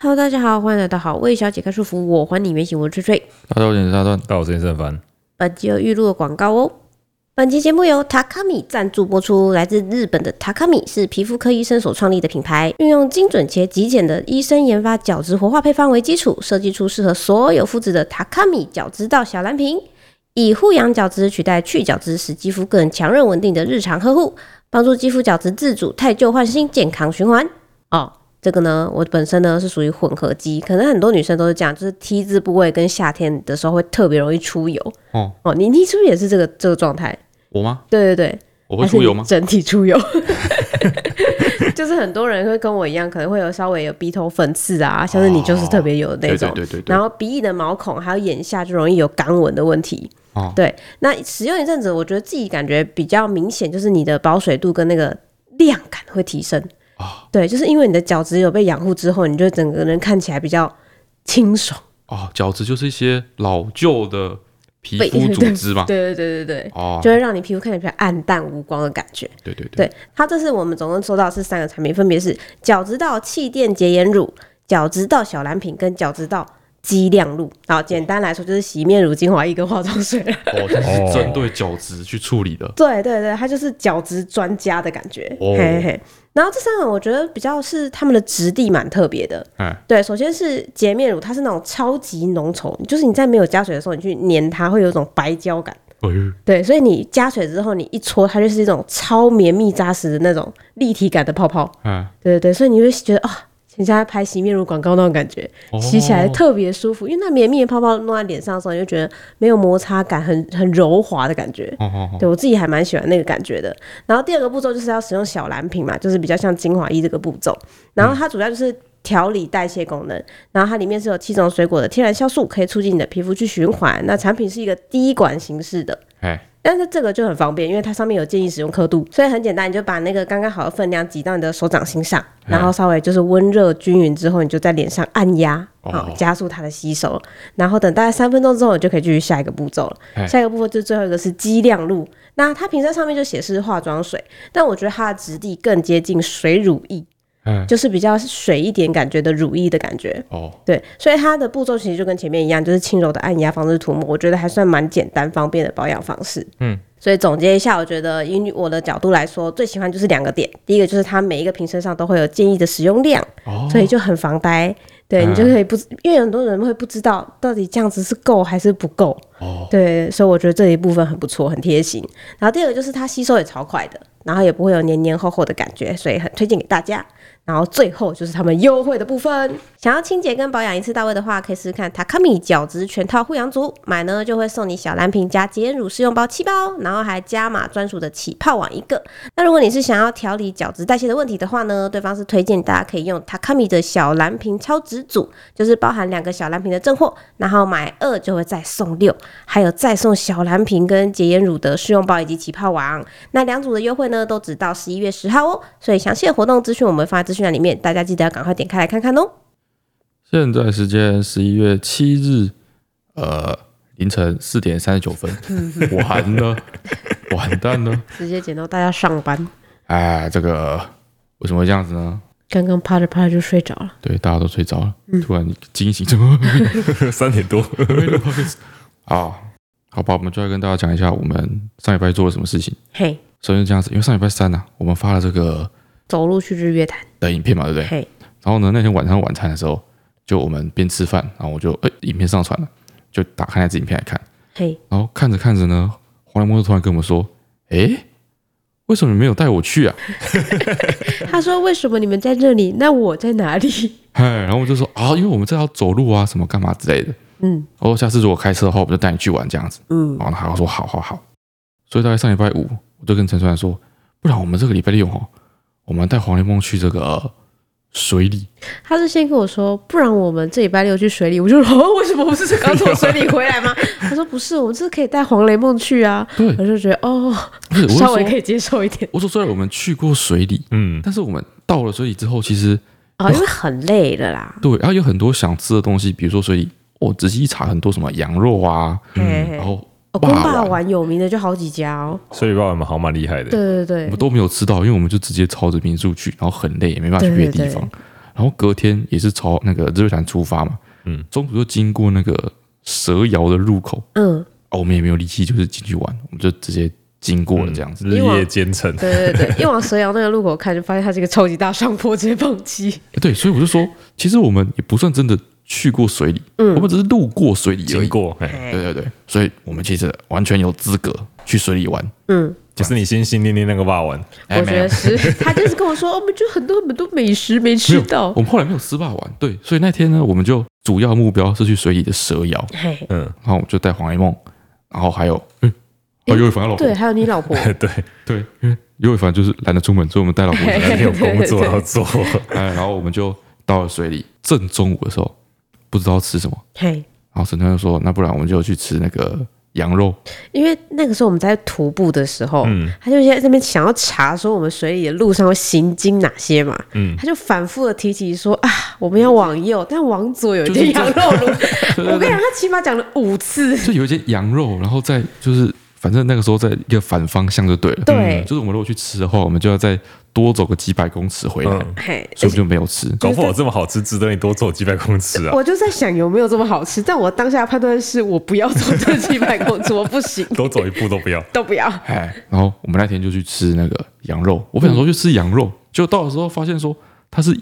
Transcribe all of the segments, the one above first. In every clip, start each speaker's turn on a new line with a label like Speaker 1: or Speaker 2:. Speaker 1: Hello，大家好，欢迎来到好味小姐开束缚，我还你原形，我是翠翠。
Speaker 2: 大家好，我是大段。
Speaker 3: 到我这边正翻，
Speaker 1: 本集有预录的广告哦。本期节目由 Takami 赞助播出，来自日本的 Takami 是皮肤科医生所创立的品牌，运用精准且极简的医生研发角质活化配方为基础，设计出适合所有肤质的 Takami 角质皂小蓝瓶，以护养角质取代去角质，使肌肤更强韧稳定的日常呵护，帮助肌肤角质自主太旧换新，健康循环。哦，这个呢，我本身呢是属于混合肌，可能很多女生都是这样，就是 T 字部位跟夏天的时候会特别容易出油。
Speaker 2: 哦
Speaker 1: 哦，你你是不是也是这个这个状态？
Speaker 2: 我吗？
Speaker 1: 对对对，
Speaker 2: 我会出油吗
Speaker 1: 还？是你整体出 油， 就是很多人会跟我一样，可能会有稍微有鼻头粉刺啊，像是你就是特别油的那
Speaker 2: 哦对
Speaker 1: 种。
Speaker 2: 对对对对
Speaker 1: 然。后鼻翼的毛孔还有眼下就容易有干纹的问题。
Speaker 2: 哦
Speaker 1: 对，那使用一阵子，我觉得自己感觉比较明显，就是你的保水度跟那个亮感会提升。
Speaker 2: 哦
Speaker 1: 对，就是因为你的角质有被养护之后，你就整个人看起来比较清爽。
Speaker 2: 哦，角质就是一些老旧的皮
Speaker 1: 被
Speaker 2: 肤组织嘛。
Speaker 1: 对对对对对，
Speaker 2: 哦
Speaker 1: 就，会让你皮肤看起来比较暗淡无光的感觉。
Speaker 2: 对对对。
Speaker 1: 对，它这次我们总共收到是三个产品，分别是角质到气垫洁颜乳、角质到小蓝瓶跟角质到肌亮露。好，简单来说就是洗面乳、精华液跟化妆 水了。
Speaker 2: 哦，这是
Speaker 3: 哦
Speaker 2: 针对角质去处理的。
Speaker 1: 对对对，它就是角质专家的感觉。
Speaker 2: 哦
Speaker 1: 嘿嘿。然后这三个我觉得比较是他们的质地蛮特别的。
Speaker 2: 哎，
Speaker 1: 对，首先是洁面乳，它是那种超级浓稠，就是你在没有加水的时候，你去粘它会有一种白胶感。
Speaker 2: 哎呦，
Speaker 1: 对，所以你加水之后，你一搓，它就是一种超绵密扎实的那种立体感的泡泡。
Speaker 2: 哎，
Speaker 1: 对对对，所以你会觉得啊、人家在拍洗面乳广告那种感觉，
Speaker 2: 哦
Speaker 1: 洗起来特别舒服，因为那绵密的泡泡弄在脸上的时候，你就觉得没有摩擦感，很很柔滑的感觉。
Speaker 2: 哦哦哦，
Speaker 1: 对我自己还蛮喜欢那个感觉的。然后第二个步骤就是要使用小蓝瓶嘛，就是比较像精华液这个步骤。然后它主要就是调理代谢功能，然后它里面是有七种水果的天然酵素，可以促进你的皮肤去循环。那产品是一个滴管形式的。
Speaker 2: 哎，
Speaker 1: 但是这个就很方便，因为它上面有建议使用刻度，所以很简单，你就把那个刚刚好的分量挤到你的手掌心上，
Speaker 2: 嗯
Speaker 1: 然后稍微就是温热均匀之后，你就在脸上按压，
Speaker 2: 哦
Speaker 1: 好、加速它的吸收，然后等大概三分钟之后，你就可以继续下一个步骤了。
Speaker 2: 嘿
Speaker 1: 下一个步骤就是最后一个是肌亮露，那它瓶身上面就显示化妆水，但我觉得它的质地更接近水乳液，
Speaker 2: 哎，
Speaker 1: 就是比较水一点感觉的乳液的感觉。
Speaker 2: 哦，
Speaker 1: 对，所以它的步骤其实就跟前面一样，就是轻柔的按压方式涂抹，我觉得还算蛮简单方便的保养方式。
Speaker 2: 嗯，
Speaker 1: 所以总结一下，我觉得以我的角度来说，最喜欢就是两个点，第一个就是它每一个瓶身上都会有建议的使用量，
Speaker 2: 哦，嗯
Speaker 1: 所以就很防呆。对你就可以不知，因为很多人会不知道到底这样子是够还是不够。
Speaker 2: 哦，
Speaker 1: 对，所以我觉得这一部分很不错，很贴心。然后第二个就是它吸收也超快的，然后也不会有黏黏厚厚的感觉，所以很推荐给大家。然后最后就是他们优惠的部分，想要清洁跟保养一次到位的话，可以试试看 Takami 角质全套护养组，买呢就会送你小蓝瓶加洁颜乳试用包七包，然后还加码专属的起泡网一个。那如果你是想要调理角质代谢的问题的话呢，对方是推荐大家可以用 Takami 的小蓝瓶超值组，就是包含两个小蓝瓶的正货，然后买二就会再送六，还有再送小蓝瓶跟洁颜乳的试用包以及起泡网。那两组的优惠呢，都只到十一月十号哦。所以详细的活动资讯我们放在资讯栏里面，大家记得要赶快点开来看看哦。
Speaker 2: 现在时间十一月七日，呃，凌晨四点三十九 分，完了，完蛋了，
Speaker 1: 直接捡到大家上班，
Speaker 2: 哎，这个为什么会这样子呢？
Speaker 1: 刚刚趴着趴着就睡着了。
Speaker 2: 对，大家都睡着了，
Speaker 1: 嗯
Speaker 2: 突然惊醒，怎么？
Speaker 3: 三点多，
Speaker 2: 啊，好吧，我们就来跟大家讲一下我们上礼拜做了什么事情。
Speaker 1: 嘿，
Speaker 2: 首先是这样子，因为上礼拜三呢、我们发了这个
Speaker 1: 走路去日月潭。
Speaker 2: 的影片嘛，对不对？
Speaker 1: 嘿，
Speaker 2: 然后呢，那天晚上晚餐的时候，就我们边吃饭，然后我就哎、影片上传了，就打开那支影片来看，
Speaker 1: 嘿，
Speaker 2: 然后看着看着呢，黄连梦就突然跟我们说：“哎、为什么你没有带我去啊
Speaker 1: 他说为什么你们在这里？那我在哪里？？”
Speaker 2: 哎，然后我就说：“啊，因为我们这要走路啊，什么干嘛之类的。”
Speaker 1: 嗯，
Speaker 2: 哦，下次如果开车的话，我们就带你去玩这样子。
Speaker 1: 嗯，
Speaker 2: 然后他说好好好，所以大概上礼拜五，我就跟陈川说，不然我们这个礼拜六哦，我们带黄连梦去这个、呃水里，
Speaker 1: 他是先跟我说，不然我们这礼拜六去水里。我就说，哦， 为什么我不是刚从水里回来吗？ 他说不是，我们这可以带黄雷梦去啊。
Speaker 2: 对
Speaker 1: 我就觉得哦，
Speaker 2: 不是我是
Speaker 1: 稍微
Speaker 2: 说
Speaker 1: 可，以接受一 点
Speaker 2: 我说虽然我们去过水里，
Speaker 3: 嗯，
Speaker 2: 但是我们到了水里之后，其实
Speaker 1: 啊，因为很累了啦。
Speaker 2: 对，然哦后有很多想吃的东西，比如说水里，我仔细一查，很多什么羊肉啊，
Speaker 1: 嗯
Speaker 2: 然后
Speaker 1: 哦，宫
Speaker 2: 霸
Speaker 1: 霸
Speaker 2: 王
Speaker 1: 丸有名的就好几家哦。
Speaker 3: 所以爸爸们好蛮厉害的，
Speaker 1: 对对
Speaker 2: 我
Speaker 1: 对
Speaker 2: 们，都没有吃到，因为我们就直接朝着民宿去，然后很累，也没办法去
Speaker 1: 对
Speaker 2: 别的
Speaker 1: 对
Speaker 2: 地
Speaker 1: 对
Speaker 2: 方。然后隔天也是朝那个日月潭出发嘛，
Speaker 3: 嗯，
Speaker 2: 中途就经过那个蛇窑的入口，
Speaker 1: 嗯，
Speaker 2: 哦，我们也没有力气，就是进去玩，我们就直接经过
Speaker 3: 嗯
Speaker 2: 了这样子。
Speaker 3: 日夜兼程，
Speaker 1: 对对对， 因为往蛇窑那个路口看，就发现它是一个超级大上坡，直接放弃。
Speaker 2: 诶对，所以我就说，其实我们也不算真的去过水里，
Speaker 1: 嗯
Speaker 2: 我们只是路过水里而
Speaker 3: 经
Speaker 2: 已。
Speaker 3: 过，哎
Speaker 2: 对对对，所以我们其实完全有资格去水里玩。
Speaker 1: 嗯，
Speaker 3: 就是你心心念念那个霸王，
Speaker 2: 哎
Speaker 1: 我
Speaker 2: 没
Speaker 1: 觉
Speaker 2: 有
Speaker 1: 得是， 他就是跟我说，哦我们就很多很多美食没
Speaker 2: 没
Speaker 1: 吃
Speaker 2: 有，
Speaker 1: 到
Speaker 2: 我。们后来没有吃霸王，对，所以那天呢，我们就主要目标是去水里的蛇窑，
Speaker 1: 嘿，
Speaker 3: 嗯，
Speaker 2: 然后我就带黄一梦，然后还有，嗯，还有尤伟凡他老婆
Speaker 1: 对，，还有你 老婆，
Speaker 3: 对，
Speaker 2: 对，因为尤伟凡就是懒得出门，所以我们带老婆
Speaker 1: 嘿
Speaker 2: 来，
Speaker 3: 没有工作要做，
Speaker 2: 哎，然后我们就到了水里，正中午的时候不知道吃什么，
Speaker 1: 嘿，
Speaker 2: 然后沈川就说，那不然我们就去吃那个羊肉，
Speaker 1: 因为那个时候我们在徒步的时候，
Speaker 3: 嗯
Speaker 1: 他就在那边想要查说我们水里的路上会行经哪些嘛，
Speaker 3: 嗯
Speaker 1: 他就反复的提起说啊，我们要往右，但往左有一
Speaker 2: 就是
Speaker 1: 间
Speaker 2: 这
Speaker 1: 羊肉炉。
Speaker 2: 对
Speaker 1: 我跟你
Speaker 2: 对对
Speaker 1: 讲，他起码讲了五次，
Speaker 2: 就有一间羊肉，然后在就是反正那个时候在一个反方向就对了，
Speaker 1: 对
Speaker 2: 嗯就是我们如果去吃的话，我们就要再多走个几百公尺回来，
Speaker 3: 嗯，
Speaker 1: 嘿，
Speaker 2: 所以我们就没有吃。
Speaker 3: 搞不好这么好吃，值得你多走几百公尺啊，
Speaker 1: 我就在想有没有这么好吃，但我当下判断是我不要走这几百公尺，我不行，
Speaker 3: 多走一步都不要，
Speaker 1: 都不要。
Speaker 2: 哎，然后我们那天就去吃那个羊肉，我本想说去吃羊肉，就到的时候发现说它是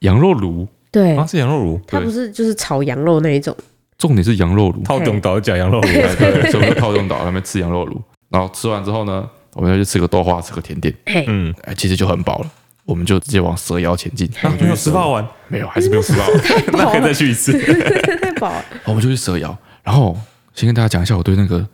Speaker 2: 羊肉炉，
Speaker 1: 对
Speaker 3: 啊，是羊肉炉，
Speaker 1: 它
Speaker 2: 对
Speaker 1: 不是就是炒羊肉那一种，
Speaker 2: 重点是羊肉炉，
Speaker 3: 套中岛讲羊肉炉，啊
Speaker 2: 对对，所以我们就套用岛那边吃羊肉炉，然后吃完之后呢，我们就去吃个豆花，吃个甜点，
Speaker 1: 嘿，
Speaker 3: 嗯，
Speaker 2: 哎，其实就很饱了，我们就直接往蛇腰前进，哎
Speaker 3: 啊，没有吃霸王，
Speaker 2: 没有，还是没有吃到，
Speaker 3: 那可以再去一次，
Speaker 1: 啊太饱了。
Speaker 2: 我们就去蛇腰，然后先跟大家讲一下我对那个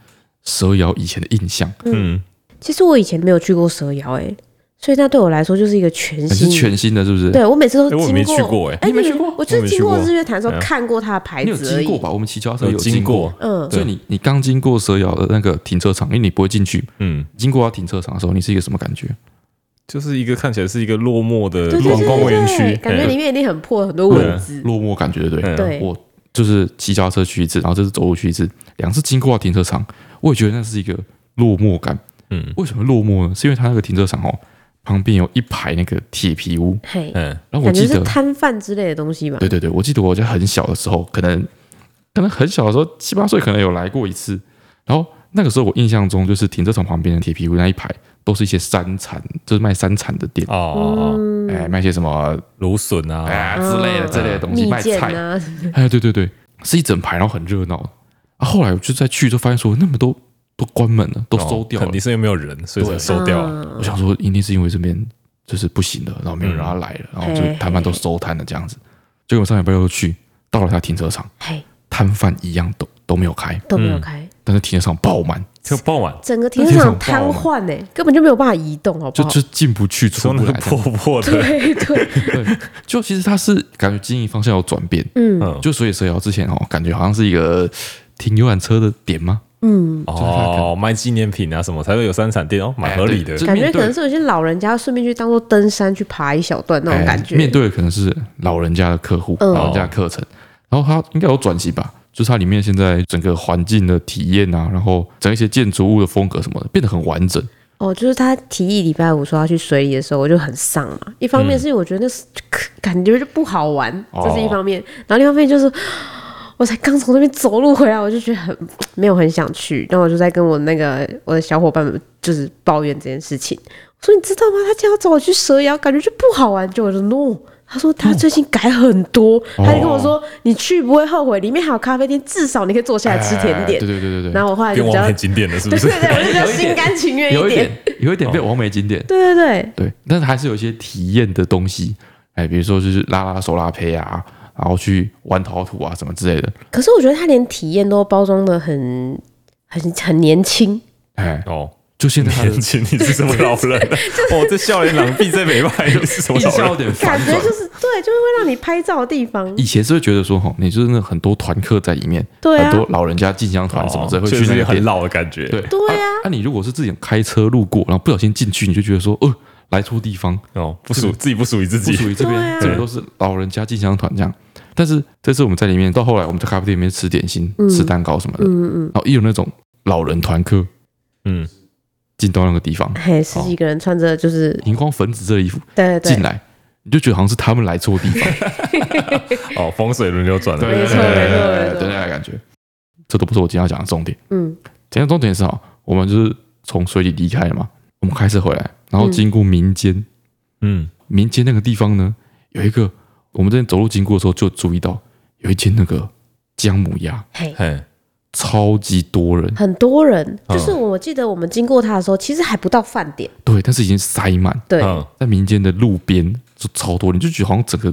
Speaker 2: 蛇腰以前的印象，
Speaker 3: 嗯，
Speaker 1: 其实我以前没有去过蛇窑，哎，所以那对我来说就是一个全
Speaker 2: 你是
Speaker 1: 新的
Speaker 2: 全新的，是不是？
Speaker 1: 对我每次都
Speaker 3: 哎我
Speaker 1: 经
Speaker 3: 没
Speaker 1: 过，
Speaker 3: 去过哎
Speaker 1: 哎，
Speaker 3: 你没
Speaker 1: 你
Speaker 3: 去过
Speaker 1: 我就
Speaker 3: 我
Speaker 1: 是
Speaker 3: 没
Speaker 1: 经
Speaker 3: 去
Speaker 1: 过
Speaker 3: 过
Speaker 1: 日月潭的时候
Speaker 3: 嗯
Speaker 1: 看过它的牌
Speaker 2: 你有
Speaker 1: 子而
Speaker 2: 经过
Speaker 1: 已。
Speaker 2: 吧？我们骑脚踏车
Speaker 3: 有经
Speaker 2: 经
Speaker 3: 过，
Speaker 1: 嗯，
Speaker 2: 所以你你刚经过蛇窑的那个停车场，因为你不会进去，
Speaker 3: 嗯，
Speaker 2: 经过它停车场的时候，你是一个什么感觉？
Speaker 3: 就是一个看起来是一个落寞的
Speaker 1: 对对
Speaker 3: 观
Speaker 1: 对
Speaker 3: 光园
Speaker 1: 对
Speaker 3: 区，，
Speaker 1: 感觉里
Speaker 3: 嗯
Speaker 1: 面一定很破，很多蚊子。
Speaker 2: 落寞感觉，对不对？
Speaker 3: 嗯
Speaker 1: 对，
Speaker 2: 我就是骑脚踏车去一次，然后这次走路去一次，两次经过到停车场，我也觉得那是一个落寞感。
Speaker 3: 嗯
Speaker 2: 为什么落寞呢？是因为它那个停车场哦，旁边有一排那个铁皮屋，
Speaker 1: 嘿，
Speaker 3: 嗯，
Speaker 2: 然后我
Speaker 1: 感觉
Speaker 2: 记
Speaker 1: 是
Speaker 2: 得，
Speaker 1: 摊贩之类的东西吧。
Speaker 2: 对对对，我记得我在很小的时候，可能可能很小的时候，七八岁可能有来过一次，然后。那个时候我印象中，就是停车场旁边的铁皮屋那一排，都是一些山产，就是卖山产的店，
Speaker 1: 嗯
Speaker 3: 哦，
Speaker 2: 哎，卖一些什么
Speaker 3: 芦笋啊，
Speaker 2: 啊之类的这类的东西，
Speaker 1: 蜜
Speaker 2: 卖
Speaker 1: 饯
Speaker 2: 菜，
Speaker 1: 啊，
Speaker 2: 哎，对对对，是一整排，然后很热闹。啊，后来我就再去，就发现说那么都都关门了，都收掉
Speaker 3: 哦肯
Speaker 2: 了。
Speaker 3: 定是因为没有人，所以才
Speaker 2: 对
Speaker 3: 收掉啊，
Speaker 1: 啊
Speaker 2: 我想说，一定是因为这边就是不行了，然后没有人让他来了，然后就摊贩都收摊了这样子。结果上礼拜又去，到了他停车场，
Speaker 1: 嘿，
Speaker 2: 摊贩一样都都没有开，
Speaker 1: 都没有开，
Speaker 2: 但是停车场爆满，
Speaker 3: 就傍晚，
Speaker 1: 整个停车场瘫痪呢，根本就没有办法移动，好不
Speaker 2: 就
Speaker 1: 好？
Speaker 2: 就进不去 出
Speaker 3: 说
Speaker 2: 不
Speaker 3: 那
Speaker 2: 来
Speaker 3: 个
Speaker 2: 这样
Speaker 3: 破
Speaker 2: 子。
Speaker 3: 破的，
Speaker 1: 对对，
Speaker 2: 对，就其实他是感觉经营方向有转变，
Speaker 1: 嗯
Speaker 3: 嗯，
Speaker 2: 就所以蛇窑之前哦，感觉好像是一个停游览车的点吗？
Speaker 1: 嗯，
Speaker 3: 哦，卖纪念品啊什么，才会有三产店哦，蛮合理的
Speaker 2: 哎对。就
Speaker 1: 感觉
Speaker 2: 面对
Speaker 1: 可能是有些老人家顺便去当做登山去爬一小段那种
Speaker 2: 哎
Speaker 1: 感觉。
Speaker 2: 面对的可能是老人家的客户，
Speaker 1: 嗯
Speaker 2: 老人家的课程，然后它应该有转型吧，就是它里面现在整个环境的体验啊，然后整一些建筑物的风格什么的变得很完整。
Speaker 1: 哦，就是他提议礼拜五说要去水里的时候，我就很丧嘛。一方面是因为我觉得那是、感觉就不好玩，这是一方面；然后另一方面就是， 我才刚从那边走路回来，我就觉得很没有很想去。然后我就在跟我那个我的小伙伴们就是抱怨这件事情。我说你知道吗？他今天要找我去蛇窑，感觉就不好玩。结果我说 no。他说他最近改很多，他就跟我说：“你去不会后悔，里面还有咖啡店，至少你可以坐下来吃甜点
Speaker 2: 哎。对对对对
Speaker 1: 然
Speaker 2: 对，
Speaker 1: 后我后来
Speaker 3: 变
Speaker 1: 就比
Speaker 3: 完
Speaker 1: 较
Speaker 3: 美，景点了，是不
Speaker 1: 对
Speaker 3: 是
Speaker 1: 对？对，我就比较心甘情愿
Speaker 2: 有
Speaker 1: 一
Speaker 2: 一
Speaker 1: 点
Speaker 2: 点。有一点
Speaker 3: 哦
Speaker 2: 被完美景点，
Speaker 1: 对对对，
Speaker 2: 对，但是还是有一些体验的东西，哎，比如说就是拉拉手拉胚啊，然后去玩陶土啊什么之类的，
Speaker 1: 可是我觉得他连体验都包装的很很很年轻，
Speaker 2: 哎，
Speaker 3: 哦，
Speaker 2: 就现在它的
Speaker 3: 年轻你是什么老 人啊？哦，这笑脸狼狈在美派你是什么
Speaker 2: 印象
Speaker 3: 老
Speaker 2: 有
Speaker 3: 人？哦
Speaker 2: 点
Speaker 1: 感
Speaker 2: 反
Speaker 1: 觉
Speaker 2: 转
Speaker 1: 就。是对，就是会让你拍照的地方。
Speaker 2: 以前是会觉得说，吼，你就是那很多团客在里面，
Speaker 1: 对啊
Speaker 2: 很多老人家进香团什么之类会
Speaker 3: 就
Speaker 2: 去那
Speaker 3: 是
Speaker 2: 个
Speaker 3: 哦很
Speaker 2: 店
Speaker 3: 老的感觉。
Speaker 2: 对，
Speaker 1: 对啊
Speaker 2: 那、你如果是自己开车路过，然后不小心进去，你就觉得说，哦，来错地方，
Speaker 3: 哦，不属自己不属于自
Speaker 2: 不
Speaker 3: 己，
Speaker 2: 属于这边，
Speaker 1: 对啊
Speaker 2: 这边都是老人家进香团这样。
Speaker 1: 嗯
Speaker 2: 但是这次我们在里面，到后来我们在咖啡店里面吃点心、吃蛋糕什么的，然后也有那种老人团客
Speaker 3: 嗯，
Speaker 2: 进到那个地方，
Speaker 1: 嘿，十几个人穿着就是
Speaker 2: 荧光粉紫色的衣服
Speaker 1: 对对
Speaker 2: 进
Speaker 1: 对，
Speaker 2: 来，你就觉得好像是他们来错地方，
Speaker 3: 哦，风水轮流转了，哎
Speaker 1: 没错
Speaker 2: 对
Speaker 1: 没错
Speaker 2: 对
Speaker 1: 没错
Speaker 2: 对对那个感觉。这都不是我今天要讲的重点，
Speaker 1: 嗯
Speaker 2: 今天重点是哈，哦我们就是从水里离开了嘛，我们开车回来，然后经过民间，
Speaker 3: 嗯，
Speaker 2: 民间那个地方呢，有一个我们之前走路经过的时候就注意到有一间那个姜母鸭，
Speaker 1: 嘿。
Speaker 3: 嘿，
Speaker 2: 超级多人，
Speaker 1: 很多人，
Speaker 3: 嗯
Speaker 1: 就是我记得我们经过他的时候，其实还不到饭点，
Speaker 2: 对，但是已经塞满，
Speaker 1: 对，
Speaker 3: 嗯，
Speaker 2: 在民间的路边就超多人，就觉得好像整个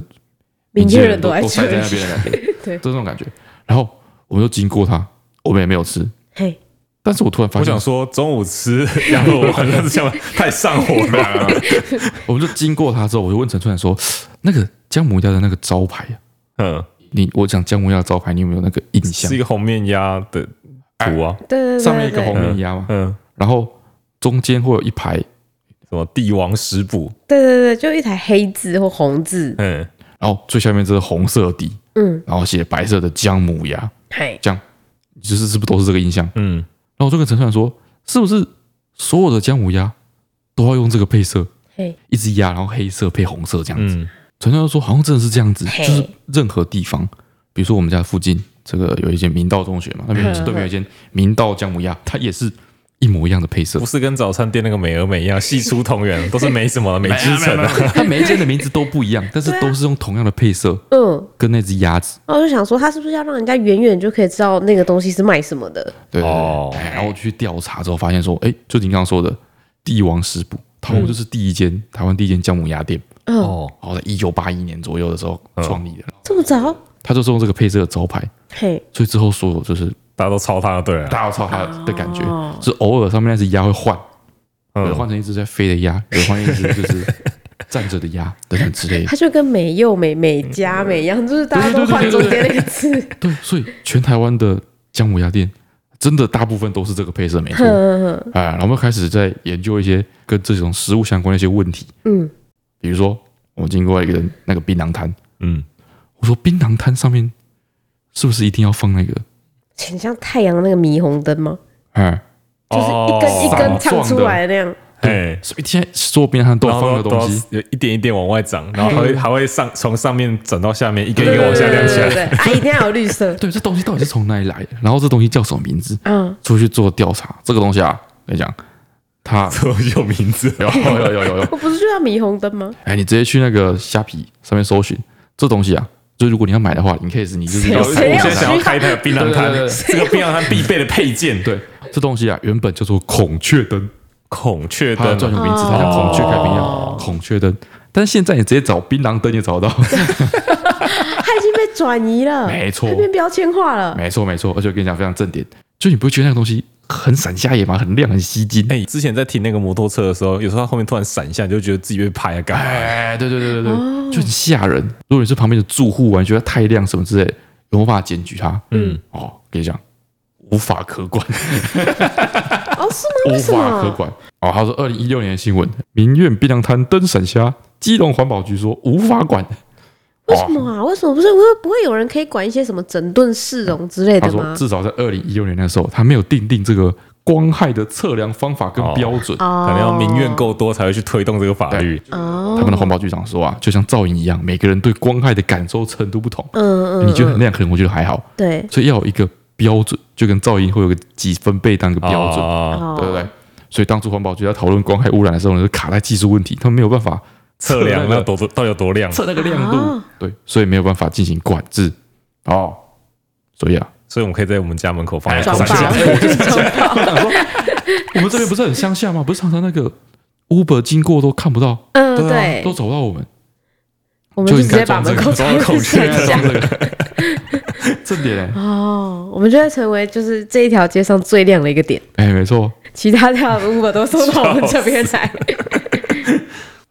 Speaker 1: 民间
Speaker 2: 间
Speaker 1: 人
Speaker 2: 都
Speaker 1: 爱
Speaker 2: 都
Speaker 1: 吃
Speaker 2: 塞，在那边的感觉，
Speaker 1: 对
Speaker 2: 就这种感觉。然后我们就经过它，我们也没有吃，
Speaker 1: 嘿，
Speaker 2: 但是我突然发
Speaker 3: 我
Speaker 2: 现哦
Speaker 3: 想，说中 午吃羊肉丸，但是想太上火了，啊
Speaker 2: 我们就经过它之后，我就问陈春兰说：“那个姜母鸭的那个招牌啊，
Speaker 3: 嗯，
Speaker 2: 你我讲姜母鸭的招牌，你有没有那个印象
Speaker 3: 是一？个红面鸭的图啊，
Speaker 1: 对对对对，
Speaker 2: 上面一个红
Speaker 1: 对
Speaker 2: 面鸭嘛，
Speaker 3: 嗯，
Speaker 2: 然后中间会有一排，
Speaker 3: 什么帝王食补，
Speaker 1: 对对对，就一台黑字或红字，
Speaker 3: 嗯，
Speaker 2: 然后最下面这是红色的底，
Speaker 1: 嗯，
Speaker 2: 然后写白色的姜母鸭，
Speaker 1: 嘿，
Speaker 2: 这样，就是是不是都是这个印象？”
Speaker 3: 嗯，
Speaker 2: 然后我就跟陈川说，是不是所有的姜母鸭都要用这个配色？
Speaker 1: 嘿，
Speaker 2: 一只鸭，然后黑色配红色这样子。
Speaker 3: 嗯，
Speaker 2: 陈川说，好像真的是这样子，
Speaker 1: 嘿
Speaker 2: 就是任何地方，比如说我们家附近这个有一间明道中学嘛，那边
Speaker 1: 嗯嗯
Speaker 2: 对面有一间明道姜母鸭，它也是一模一样的配 色
Speaker 3: 不。是跟早餐店那个美而美一样，系出同源，都是没什么美之城
Speaker 2: 没有
Speaker 3: 啊，
Speaker 2: 没有它每一间的名字都不一 样，但是
Speaker 1: 对啊
Speaker 2: 都是用同样的配色
Speaker 1: 嗯，
Speaker 2: 跟那只鸭子。
Speaker 1: 然后我就想说，他是不是要让人家远远就可以知道那个东西是卖什么的？
Speaker 2: 对对对
Speaker 3: 哦
Speaker 2: 哎然后我去调查之后发现说，哎，就你刚刚说的帝王食补，他们就是第一间、台湾第一间姜母鸭店。
Speaker 1: 嗯，
Speaker 3: 哦，
Speaker 2: 然后在一九八一年左右的时候创立的，
Speaker 1: 这么早？
Speaker 2: 他就是用这个配色的招牌，
Speaker 1: 嘿，
Speaker 2: 所以之后所有就是
Speaker 3: 大家都抄他，对了，
Speaker 2: 大家抄他的感觉，
Speaker 1: 哦
Speaker 2: 是偶尔上面那只鸭会换，有的
Speaker 3: 嗯，
Speaker 2: 换成一只在飞的 鸭，有的换一只就是站着的鸭等等之 类的。
Speaker 1: 它就跟美柚、美美加美一样，就是大家都换中间那个字。
Speaker 2: 对，所以全台湾的姜母鸭店真的大部分都是这个配色，没错。
Speaker 1: 嗯嗯
Speaker 2: 哎，然后我们开始在研究一些跟这种食物相关的一些问题，
Speaker 1: 嗯，
Speaker 2: 比如说我们经过一个人那个槟榔摊，
Speaker 3: 嗯，
Speaker 2: 我说槟榔摊上面是不是一定要放那个？
Speaker 1: 很像太阳那个霓虹灯吗？
Speaker 2: 哎，
Speaker 1: 就是一根一根唱出来的那样。
Speaker 3: 哎，
Speaker 2: 所以现在桌边哦上都
Speaker 3: 然
Speaker 2: 有放
Speaker 3: 后
Speaker 2: 的
Speaker 3: 都
Speaker 2: 东西，
Speaker 3: 都要一点一点往外长，然后还会还会上从上面转到下面，一根一根往下
Speaker 1: 对
Speaker 3: 亮起
Speaker 1: 对
Speaker 3: 来。
Speaker 1: 对，啊，一定要有绿色。
Speaker 2: 对，这东西到底是从哪里来的？然后这东西叫什么名字？
Speaker 1: 嗯，
Speaker 2: 出去做调查，这个东西啊，跟你讲，它，
Speaker 3: 都有名字
Speaker 2: 有有有有有，
Speaker 1: 我不是就要霓虹灯吗？
Speaker 2: 哎，你直接去那个虾皮上面搜寻这东西啊，就如果你要买的话，你可以是你就是
Speaker 1: 谁
Speaker 2: 要
Speaker 3: 我
Speaker 1: 谁
Speaker 3: 现
Speaker 1: 要
Speaker 3: 在想要开一台槟榔摊
Speaker 2: 对对对，
Speaker 3: 这个槟榔摊必备的配件，
Speaker 2: 对这东西啊，原本叫做孔雀灯，
Speaker 3: 孔雀
Speaker 2: 它的
Speaker 3: 灯
Speaker 2: 专有
Speaker 3: 啊，
Speaker 2: 名字，它叫孔雀开屏一
Speaker 3: 哦
Speaker 2: 样，孔雀灯。但是现在你直接找槟榔灯也找得到，
Speaker 1: 它已经被转移了，
Speaker 2: 没错
Speaker 1: 它变标签化了。
Speaker 2: 没错没错，而且我跟你讲非常正点，就你不会觉得那个东西很闪瞎眼吗？很亮很吸睛。
Speaker 3: 哎，之前在停那个摩托车的时候，有时候它后面突然闪一下，你就觉得自己被拍啊，干嘛？
Speaker 2: 哎，对对对对对，
Speaker 1: 哦
Speaker 2: 就很吓人。如果你是旁边的住户啊，你觉得太亮什么之类的，有没有办法检举他？嗯，哦，跟你讲，无法可管，
Speaker 1: 哦，是吗？
Speaker 2: 无
Speaker 1: 为什
Speaker 2: 法可
Speaker 1: 么？
Speaker 2: 管。哦，他说二零一六年的新闻，民怨槟榔摊灯闪瞎，基隆环保局说无法管。
Speaker 1: 为什么啊？为什么不是？会不会有人可以管一些什么整顿市容之类
Speaker 2: 他
Speaker 1: 的
Speaker 2: 说
Speaker 1: 吗？
Speaker 2: 至少在二零一六年那时候，他没有定定这个光害的测量方法跟标准。
Speaker 1: 哦
Speaker 3: 可能要民怨够多才会去推动这个法律。
Speaker 1: 哦，
Speaker 2: 他们的环保局长说啊，就像噪音一样，每个人对光害的感受程度不同。
Speaker 1: 嗯嗯，
Speaker 2: 你觉得很亮，可能我觉得还好。
Speaker 1: 对，
Speaker 2: 所以要有一个标准，就跟噪音会有个几分贝当一个标准，
Speaker 3: 准
Speaker 1: 哦
Speaker 2: 对不对？所以当初环保局在讨论光害污染的时候呢，就卡在技术问题，他们没有办法
Speaker 3: 测量
Speaker 2: 那
Speaker 3: 那
Speaker 2: 个
Speaker 3: 多多到底有多亮？
Speaker 2: 测那个亮度，
Speaker 1: 哦
Speaker 2: 对，所以没有办法进行管制哦。所以啊，
Speaker 3: 所以我们可以在我们家门口放一个
Speaker 1: 哎装
Speaker 3: 孔
Speaker 1: 爆
Speaker 3: 雀，
Speaker 2: 我们这边不是很乡下吗？不是常常那个 Uber 经过都看不到，
Speaker 1: 嗯，
Speaker 2: 啊
Speaker 1: 对
Speaker 2: 都，找不到 我们，
Speaker 1: 我们就
Speaker 2: 就
Speaker 1: 直
Speaker 2: 应该
Speaker 1: 接把门口
Speaker 3: 装这个
Speaker 1: 装起
Speaker 3: 对啊
Speaker 2: 现
Speaker 1: 来
Speaker 2: 在装这个， 这点欸
Speaker 1: 哦，我们就会成为就是这一条街上最亮的一个点，
Speaker 2: 哎、没错。
Speaker 1: 其他条的 Uber 都送到我们这边来。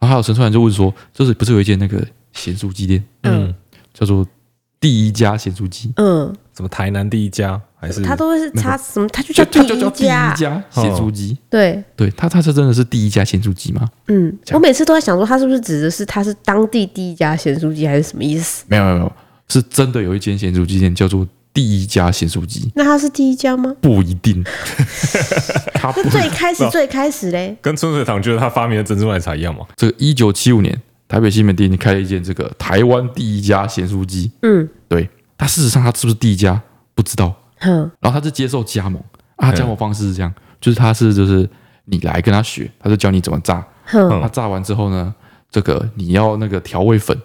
Speaker 2: 然后还有陈川就问说，就是不是有一间那个咸酥鸡店
Speaker 1: 嗯
Speaker 2: 叫做第一家咸酥鸡？
Speaker 1: 嗯，
Speaker 3: 什么台南第一家还是
Speaker 1: 他都会是插什么，他就叫
Speaker 2: 就
Speaker 1: 第
Speaker 2: 就叫
Speaker 1: 一
Speaker 2: 第一
Speaker 1: 家。
Speaker 2: 家咸酥鸡，
Speaker 1: 对，
Speaker 2: 哦对他，他是真的是第一家咸酥鸡吗？
Speaker 1: 嗯，
Speaker 2: 这
Speaker 1: 我
Speaker 2: 样
Speaker 1: 每次都在想说，他是不是指的是他是当地第一家咸酥鸡，还是什么意思？
Speaker 2: 没有没有没有，是真的有一间咸酥鸡店叫做第一家咸酥鸡，
Speaker 1: 那它是第一家吗？
Speaker 2: 不一 定，它不
Speaker 1: 那最开始
Speaker 3: 那
Speaker 1: 最开始嘞，
Speaker 3: 跟春水堂就是他发明的珍珠奶茶一样 嘛。
Speaker 2: 这个一九七五年，台北西门町开了一间这个台湾第一家咸酥鸡。
Speaker 1: 嗯
Speaker 2: 对，它事实上它是不是第一家不知道，
Speaker 1: 哼，
Speaker 2: 然后它是接受加盟啊，它
Speaker 3: 嗯
Speaker 2: 加盟方式是这样，就是它是就是你来跟他学，他就教你怎么炸，
Speaker 1: 哼
Speaker 3: 嗯
Speaker 2: 他炸完之后呢，这个你要那个调味粉。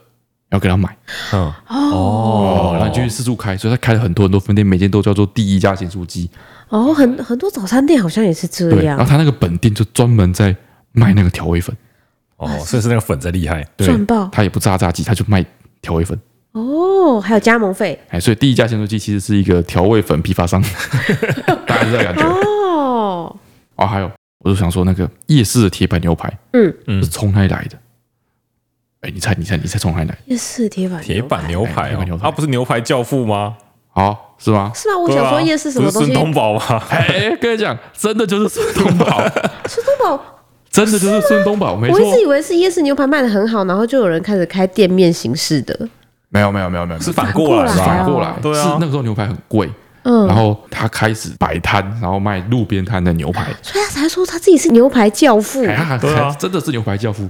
Speaker 2: 要给他买
Speaker 3: 嗯，
Speaker 2: 哦，然后你就去四处开，所以他开了很多很多分店，每间都叫做第一家咸酥鸡。
Speaker 1: 哦，很很多早餐店好像也是这
Speaker 2: 对，然后
Speaker 1: 样，
Speaker 2: 他那个本店就专门在卖那个调味粉，
Speaker 3: 哦，所以是那个粉才 厉害。
Speaker 2: 对
Speaker 1: 赚爆
Speaker 2: 他也不炸炸鸡，他就卖调味粉。
Speaker 1: 哦，还有加盟费
Speaker 2: 哎，所以第一家咸酥鸡其实是一个调味粉批发商， 大概是这个感觉。
Speaker 1: 哦，
Speaker 2: 哦，还有，我就想说那个夜市的铁板牛排
Speaker 1: 嗯，
Speaker 3: 嗯
Speaker 2: 是，从哪里来的？哎，你猜，你猜，你猜从哪里来？
Speaker 1: 夜市铁板
Speaker 3: 铁板牛排
Speaker 2: 哎铁板牛
Speaker 3: 哦，
Speaker 2: 排
Speaker 3: 他不是牛排教父吗？
Speaker 2: 好，是吗？
Speaker 1: 是吗？我
Speaker 3: 对
Speaker 1: 想
Speaker 3: 啊
Speaker 1: 说夜市什么
Speaker 3: 不
Speaker 1: 东
Speaker 3: 是
Speaker 1: 西，
Speaker 3: 孙
Speaker 1: 孙
Speaker 3: 东宝吗？
Speaker 2: 哎，跟你讲，真的就是孙东宝，
Speaker 1: 东宝，
Speaker 2: 真的就是孙东宝，没
Speaker 1: 我
Speaker 2: 错。
Speaker 1: 一直以为是夜市牛排卖的很好，然后就有人开始开店面形式的，
Speaker 2: 没有，没有，没有，没有，
Speaker 3: 是反过来
Speaker 2: 是
Speaker 1: 反哦
Speaker 2: 反
Speaker 3: 吧？
Speaker 2: 过来，
Speaker 3: 对啊
Speaker 2: 是那个时候牛排很贵，
Speaker 1: 嗯
Speaker 2: 然，后他开始摆摊，然后卖路边摊的牛排，
Speaker 1: 所以他才说他自己是牛排教 父。
Speaker 2: 哎，他
Speaker 3: 对啊
Speaker 2: 还真的是牛排教父。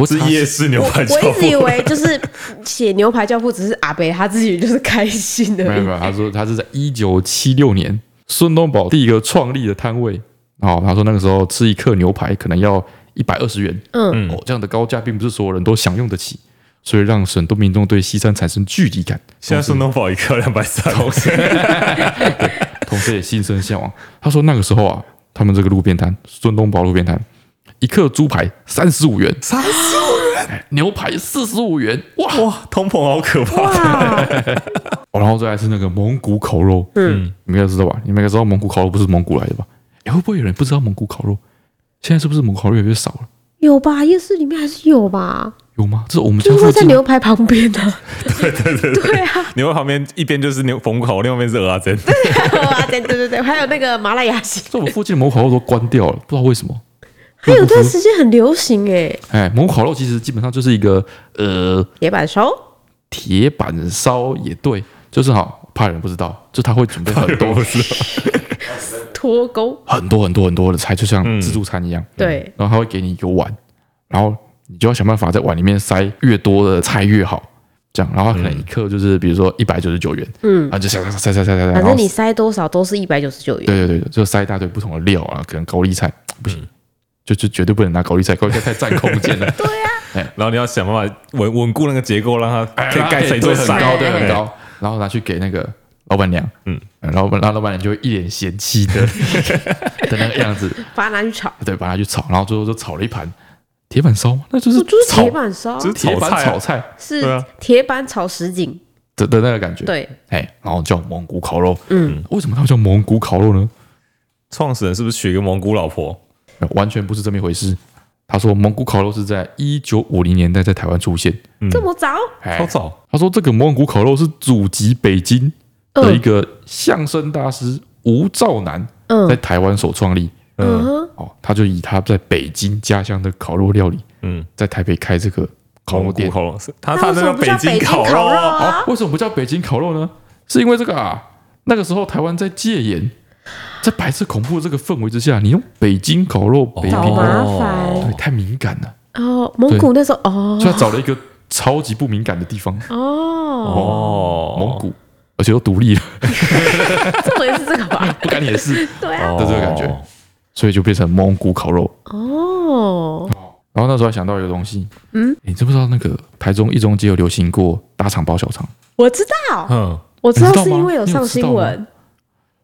Speaker 2: 我
Speaker 3: 是
Speaker 2: 查
Speaker 3: 夜市牛
Speaker 1: 我
Speaker 3: 排教
Speaker 1: 我一直以
Speaker 3: 父。
Speaker 1: 为就是写牛排教父，只是阿北他自己就是开心的。
Speaker 2: 没有没有，他说他是在一九七六年孙东宝第一个创立的摊位哦，他说那个时候吃一克牛排可能要一百二十元，
Speaker 1: 嗯，
Speaker 3: 嗯
Speaker 2: 哦，这样的高价并不是所有人都享用得起，所以让很多民众对西餐产生距离感，
Speaker 3: 现在孙东宝一克两百 三，
Speaker 2: 同时也心生向往。他说那个时候啊，他们这个路边摊孙东宝路边摊。一克猪排三十五元，
Speaker 3: 三十
Speaker 2: 牛排四十五元，哇！
Speaker 3: 哇，通膨好可怕！
Speaker 1: 哇，
Speaker 2: 哦然后再来是那个蒙古烤肉，
Speaker 1: 嗯，
Speaker 2: 你们应该知道吧？你们应该知道蒙古烤肉不是蒙古来的吧？哎，会不会有人不知道蒙古烤肉？现在是不是蒙古烤肉越来越少了？
Speaker 1: 有吧？夜市里面还是有吧？
Speaker 2: 有吗？这是我们家
Speaker 1: 就是
Speaker 2: 附
Speaker 1: 会在
Speaker 2: 近吗
Speaker 1: 牛排旁边啊的。 对对对对啊！
Speaker 3: 牛排旁边一边就是牛冯口，另外一边是鹅啊阿 珍。
Speaker 1: 哇对对对对，还有那个麻辣鸭血，
Speaker 2: 这我们附近的蒙古烤肉都关掉了，不知道为什么。
Speaker 1: 还有段时间很流行哎、
Speaker 2: 哎，蒙古烤肉其实基本上就是一个呃
Speaker 1: 铁板烧。
Speaker 2: 铁板烧也对，就是好怕人不知道，就他会准备很多
Speaker 3: 不是，
Speaker 1: 脱钩，
Speaker 2: 很多很多很多的菜，就像自助餐一样。
Speaker 1: 对，
Speaker 2: 然后他会给你一个碗，然后你就要想办法在碗里面塞越多的菜越好，这样。然后他可能一克就是比如说一百九十九元，嗯，然后就塞塞塞塞塞塞塞，
Speaker 1: 反
Speaker 2: 然
Speaker 1: 正
Speaker 2: 后
Speaker 1: 你塞多少都是一百九十九元。
Speaker 2: 对对对，就塞一大堆不同的料啊，可能高丽菜不行，就就绝对不能拿高丽菜，高丽菜太占空间了，
Speaker 3: 然后你要想办法稳稳固那个结构，让它可以盖成一座
Speaker 2: 哎对很
Speaker 3: 山，
Speaker 2: 高，对
Speaker 3: 哎
Speaker 2: 很。高，然后拿去给那个老板娘，嗯
Speaker 3: 嗯，
Speaker 2: 然后老板老板娘就会一脸嫌弃的的那个样子，
Speaker 1: 把它拿去炒，
Speaker 2: 对，把它去炒，然后最后就炒了一盘铁板烧，那就是
Speaker 1: 我哦就是
Speaker 2: 炒
Speaker 1: 铁板烧啊，
Speaker 3: 只是
Speaker 2: 铁板
Speaker 3: 炒菜啊
Speaker 2: 炒菜
Speaker 1: 是
Speaker 3: 对啊
Speaker 1: 铁板炒什锦，
Speaker 2: 的的那个感觉，，
Speaker 1: 对，
Speaker 2: 哎，然后叫蒙古烤肉，
Speaker 1: 嗯，
Speaker 2: 为什么它叫蒙古烤肉呢？
Speaker 3: 创始人是不是娶一个蒙古老婆？
Speaker 2: 完全不是这么一回事。他说，蒙古烤肉是在一九五零年代在台湾出现，
Speaker 3: 嗯
Speaker 1: 这么早？
Speaker 2: 哎
Speaker 3: 超早，
Speaker 2: 他说这个蒙古烤肉是祖籍北京
Speaker 1: 嗯
Speaker 2: 的一个相声大师吴兆南在
Speaker 1: 嗯
Speaker 2: 台湾所创立。
Speaker 1: 嗯
Speaker 3: 嗯
Speaker 1: 哼，
Speaker 2: 哦，他就以他在北京家乡的烤肉料理，
Speaker 3: 嗯，
Speaker 2: 在台北开这个烤肉
Speaker 3: 蒙古
Speaker 2: 店。
Speaker 3: 烤肉是他
Speaker 1: 那
Speaker 3: 他
Speaker 1: 为什
Speaker 3: 那
Speaker 1: 么
Speaker 3: 个
Speaker 1: 不叫
Speaker 3: 京
Speaker 1: 北京
Speaker 3: 烤
Speaker 1: 烤肉
Speaker 3: 啊，
Speaker 2: 啊
Speaker 1: 啊？，
Speaker 2: 为什么不叫北京烤肉呢？是因为这个啊，那个时候台湾在戒严，在白色恐怖的这个氛围之下，你用北京烤肉，北
Speaker 1: 找
Speaker 2: 京烤肉
Speaker 1: 啊麻烦
Speaker 2: 对太敏感了，
Speaker 1: 哦，蒙古那时候哦
Speaker 2: 所以他找了一个超级不敏感的地方，
Speaker 1: 哦，
Speaker 3: 哦，
Speaker 2: 蒙古，而且都独立了，
Speaker 1: 重点是这个 吧？
Speaker 2: 不干也是。
Speaker 1: 对啊，
Speaker 3: 哦
Speaker 2: 的这个感觉所以就变成蒙古烤肉。
Speaker 1: 哦，
Speaker 2: 然后那时候还想到一个东西，嗯，你知不知道那个台中一中街有流行过大肠包小 肠？
Speaker 1: 我知道，
Speaker 3: 嗯，
Speaker 1: 我知道
Speaker 2: 啊你知道
Speaker 1: 是
Speaker 2: 吗
Speaker 1: 因为有上新
Speaker 2: 你有知
Speaker 1: 闻，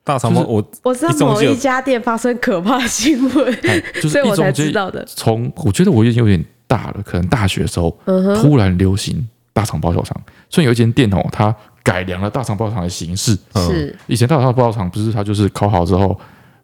Speaker 3: 大肠包
Speaker 2: 就是
Speaker 3: 我
Speaker 1: 我知道
Speaker 3: 一中
Speaker 1: 某
Speaker 3: 街有
Speaker 1: 一家店发生可怕新 闻，
Speaker 2: 哎就是
Speaker 1: 所以
Speaker 2: 一
Speaker 1: 我才
Speaker 2: 中
Speaker 1: 知
Speaker 2: 街
Speaker 1: 道的。
Speaker 2: 从我觉得我已经有点大了，可能大学的时候、
Speaker 1: 嗯哼，
Speaker 2: 突然流行大肠包小肠，所以有一间店哦，它改良了大肠包小肠的形式。
Speaker 3: 嗯
Speaker 1: 是
Speaker 2: 以前大肠包小肠不是它就是烤好之后，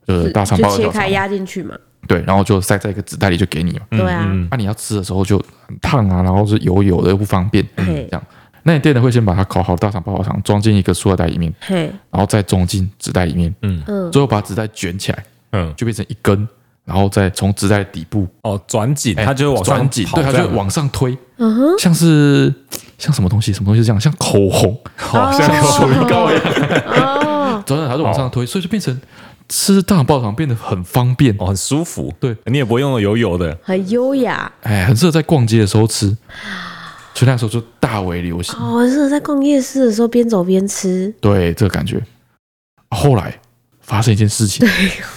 Speaker 2: 呃，
Speaker 1: 是
Speaker 2: 大肠
Speaker 1: 就
Speaker 2: 包
Speaker 1: 切
Speaker 2: 小
Speaker 1: 开
Speaker 2: 肠，
Speaker 1: 压进去嘛？
Speaker 2: 对，然后就塞在一个纸袋里就给你嘛。哦
Speaker 1: 对啊
Speaker 3: 嗯嗯
Speaker 2: 那、你要吃的时候就很烫啊，然后是油油的又不方便。嗯
Speaker 1: 嘿
Speaker 2: 这样，那你店呢会先把它烤好的大肠包小肠装进一个塑料袋里面，
Speaker 1: 嘿，
Speaker 2: 然后再装进纸袋里面，
Speaker 3: 嗯
Speaker 1: 嗯，
Speaker 2: 最后把纸袋卷起来，
Speaker 3: 嗯
Speaker 2: 就变成一根，然后再从纸袋底部
Speaker 3: 哦，转紧，
Speaker 2: 哎
Speaker 3: 它就会往
Speaker 2: 转
Speaker 3: 上
Speaker 2: 紧，
Speaker 3: 跑
Speaker 2: 对，它
Speaker 3: 这
Speaker 2: 就
Speaker 3: 样
Speaker 2: 会往上推，
Speaker 1: 嗯
Speaker 2: 像是像什么东西，什么东西是这样，像口红，
Speaker 3: 好像
Speaker 1: 哦
Speaker 3: 有
Speaker 2: 水膏一样，
Speaker 1: 哦，
Speaker 2: 转转它就往上推，所以就变成吃大堡糖变得很方便，
Speaker 3: 哦，很舒服，
Speaker 2: 对，
Speaker 3: 你也不会用的油油的，
Speaker 1: 很优雅
Speaker 2: 哎，很适合在逛街的时候吃，所以那时候就大为流行，
Speaker 1: 哦，很适合在逛夜市的时候边走边吃。
Speaker 2: 对这个感觉。后来发生一件 事情，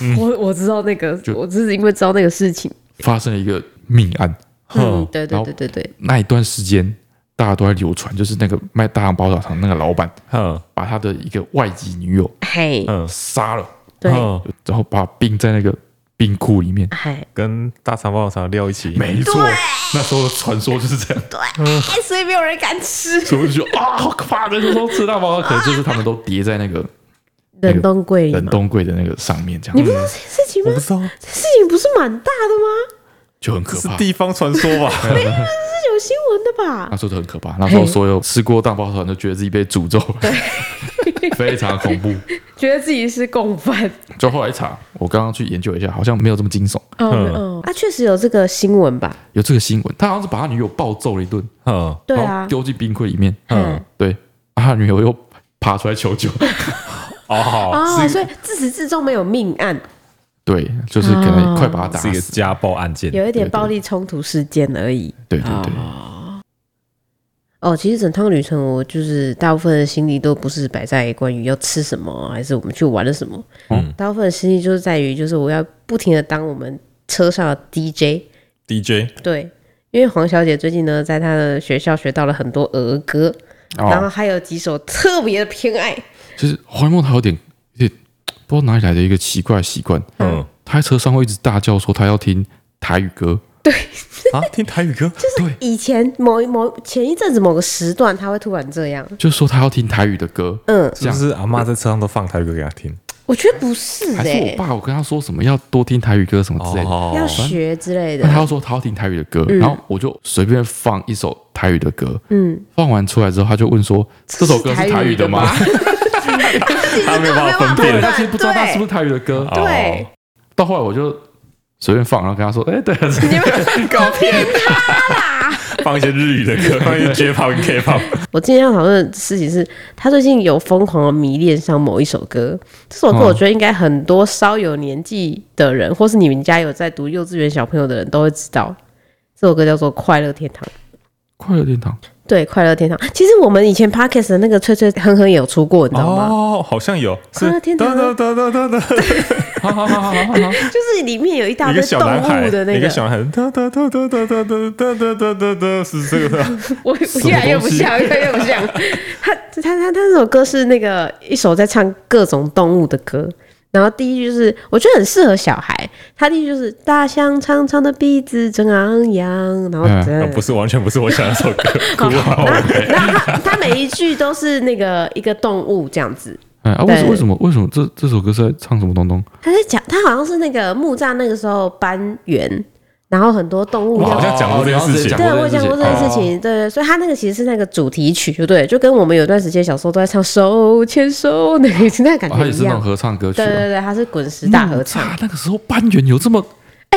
Speaker 3: 嗯
Speaker 1: 我我知道那个
Speaker 2: 就，
Speaker 1: 我只是因为知道那个事情。
Speaker 2: 发生了一个命案，
Speaker 1: 嗯
Speaker 3: 哼，
Speaker 1: 对对
Speaker 2: 然后
Speaker 1: 对对对，
Speaker 2: 那一段时间大家都在流传，就是那个卖大汉包小肠那个老板
Speaker 3: 哼
Speaker 2: 把他的一个外籍女友
Speaker 1: 嘿，
Speaker 3: 嗯，
Speaker 2: 杀了，
Speaker 1: 对，
Speaker 3: 哼
Speaker 2: 然后把冰在那个冰库里面。
Speaker 1: 哎，
Speaker 3: 跟大肠包小肠料一起，
Speaker 2: 没错，那时候的传说就是这样，
Speaker 1: 哎所以没有人敢吃
Speaker 2: 所以我就觉得啊，好可怕的，那时候吃大包，可能就是他们都叠在那个
Speaker 1: 冷冻柜里
Speaker 2: 冷
Speaker 1: 吗？
Speaker 2: 冻柜的那个上面，这
Speaker 1: 你
Speaker 2: 样嗯
Speaker 1: 不知道这件事情吗
Speaker 3: 嗯我？不知道，
Speaker 1: 这事情不是蛮大的吗？
Speaker 2: 就很可
Speaker 3: 是
Speaker 2: 怕。
Speaker 3: 地方传说吧？
Speaker 1: 是有新闻的吧
Speaker 2: 那？时候就很可怕，那时候所有吃过大包团都觉得自己被诅咒 了，非常恐怖。
Speaker 1: 觉得自己是共犯。
Speaker 2: 就后来查，我刚刚去研究一下，好像没有这么惊悚。
Speaker 1: 哦
Speaker 3: 嗯
Speaker 1: 哦，啊，确实有这个新闻吧？
Speaker 2: 有这个新闻，他好像是把他女友暴揍了一顿，
Speaker 3: 嗯，
Speaker 1: 对
Speaker 2: 然后
Speaker 1: 啊，
Speaker 2: 丢进冰柜里面，
Speaker 1: 嗯
Speaker 2: 对，啊他女友又爬出来求 救，
Speaker 3: 哦，
Speaker 1: 哦，
Speaker 3: 是
Speaker 1: 所以自始至终没有命案，
Speaker 2: 对，就是可
Speaker 1: 哦
Speaker 2: 能快把他打
Speaker 3: 是一个
Speaker 2: 死，
Speaker 3: 家暴案件，
Speaker 1: 有一点暴力冲突事件而已。
Speaker 2: 对对对，
Speaker 1: 哦，其实整趟旅程我就是大部分的心力都不是摆在关于要吃什么，啊还是我们去玩了什么，哦
Speaker 2: 嗯
Speaker 1: 大部分的心力就是在于就是我要不停的当我们车上的 DJ，
Speaker 3: DJ
Speaker 1: 对，因为黄小姐最近呢在她的学校学到了很多儿歌，然后
Speaker 2: 哦，
Speaker 1: 还有几首特别的偏爱，
Speaker 2: 就是黄一梦他有点有点不知道哪里来的一个奇怪的习惯，
Speaker 3: 嗯
Speaker 2: 他在车上会一直大叫说他要听台语歌，
Speaker 3: 啊，听台语歌，
Speaker 2: 对，
Speaker 1: 以前某一某前一阵子某个时段她会突然这样，
Speaker 2: 就说他要听台语的歌，
Speaker 1: 嗯，
Speaker 3: 是不是阿妈在车上都放台语歌给他听？
Speaker 1: 我觉得不是
Speaker 2: 还
Speaker 1: 哎、
Speaker 2: 是我爸我跟他说什么要多听台语歌什么之类的。
Speaker 1: 要学之类的
Speaker 2: 那，他又说他要听台语的歌，然后我就随便放一首台语的歌，嗯，放完出来之后，他就问说这首歌是台语的吗？
Speaker 3: 他没有办法分
Speaker 1: 对
Speaker 2: 对，
Speaker 3: 辨，
Speaker 2: 他其实不知道那是不是台语的歌。
Speaker 1: 对，
Speaker 2: 到后来我就随便放，然后跟他说，哎，对，
Speaker 1: 你 们搞骗
Speaker 3: 放一些日语的歌，放一些 J-pop 跟 K-pop，
Speaker 1: 我今天要讨论的事情是，他最近有疯狂的迷恋上某一首歌。这首歌
Speaker 2: 哦
Speaker 1: 我觉得应该很多稍有年纪的人，或是你们家有在读幼稚园小朋友的人都会知道，这首歌叫做《快乐天堂》。
Speaker 2: 快乐殿 堂，
Speaker 1: 对，《快乐天堂》其实我们以前 podcast 的那个吹吹哼哼也有出过，你知道吗？
Speaker 3: 哦，好像有，
Speaker 1: 快
Speaker 3: 是
Speaker 1: 乐天堂
Speaker 3: 哒哒哒哒哒哒，
Speaker 2: 好好好好好好，
Speaker 1: 就是里面有一大
Speaker 3: 一
Speaker 1: 堆
Speaker 3: 个小
Speaker 1: 动
Speaker 3: 男孩，
Speaker 1: 物的那
Speaker 3: 一个小男孩，哒哒哒哒哒哒哒哒哒哒哒哒，是这个吗，
Speaker 1: 我我越来越不像，越来越不像。 他他他他这首歌是那个一首在唱各种动物的歌，然后第一句就是我觉得很适合小孩，他第一句就是大象长长的鼻子正昂扬，然后
Speaker 2: 嗯
Speaker 1: 真的、
Speaker 3: 哦不是，完全不是我想的那首歌，
Speaker 1: 好
Speaker 3: 哭
Speaker 1: 然
Speaker 3: 好
Speaker 1: 后 然后他他每一句都是那个一个动物这样子，
Speaker 2: 哎，啊，为什
Speaker 1: 对
Speaker 2: 为什么为什么这这首歌是在唱什么东东？
Speaker 1: 他在讲他好像是那个木栅那个时候搬园，然后很多动物
Speaker 3: 我
Speaker 1: 要
Speaker 3: 好像讲过这件事
Speaker 2: 哦
Speaker 3: 情
Speaker 1: 对，我讲过这件事情，对对，所以他那个其实是那个主题曲，就对，就跟我们有段时间小时候都在唱手牵手那个 那个感
Speaker 2: 哦它
Speaker 1: 觉
Speaker 2: 也
Speaker 1: 一
Speaker 2: 是那
Speaker 1: 样
Speaker 2: 种。合唱歌曲
Speaker 1: 对
Speaker 2: 啊，
Speaker 1: 对对，它是滚石大合
Speaker 2: 嗯
Speaker 1: 唱哎
Speaker 2: 哇，那个时候班员有这么。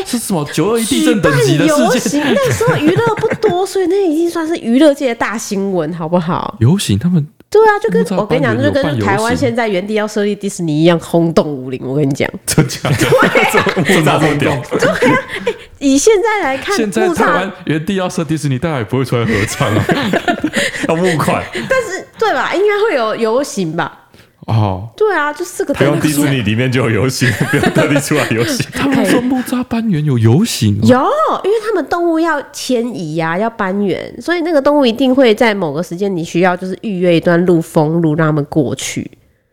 Speaker 2: 是什么九二一地震等级的
Speaker 1: 举办游
Speaker 2: 事件？
Speaker 1: 行那时候娱乐不多，所以那已经算是娱乐界的大新闻，好不好？
Speaker 2: 游行他们
Speaker 1: 对啊，就跟
Speaker 2: 木栅
Speaker 1: 我跟你讲，就
Speaker 2: 班园有办
Speaker 1: 跟
Speaker 2: 游
Speaker 1: 台湾
Speaker 2: 行
Speaker 1: 现在原地要设立迪士尼一样轰动武林。我跟你讲，
Speaker 3: 真假的，这么这么屌，
Speaker 1: 以现在来看，
Speaker 2: 现在
Speaker 1: 木
Speaker 2: 台
Speaker 1: 栅
Speaker 2: 湾原地要设迪士尼，大家也不会出来合唱啊。
Speaker 3: 要募 款，
Speaker 1: 但是对吧？应该会有游行吧？
Speaker 2: 哦，
Speaker 1: 对啊，就是这个
Speaker 3: 不用
Speaker 1: 东
Speaker 3: 迪
Speaker 1: 西
Speaker 3: 士尼里面就有游戏， 不用特地出来游 戏，
Speaker 2: 他们说木栅班园有游行哦，
Speaker 1: 哎有，因为他们动物要迁移呀、要搬远，所以那个动物一定会在某个时间你需要就是预约一段路封路，让他们过去。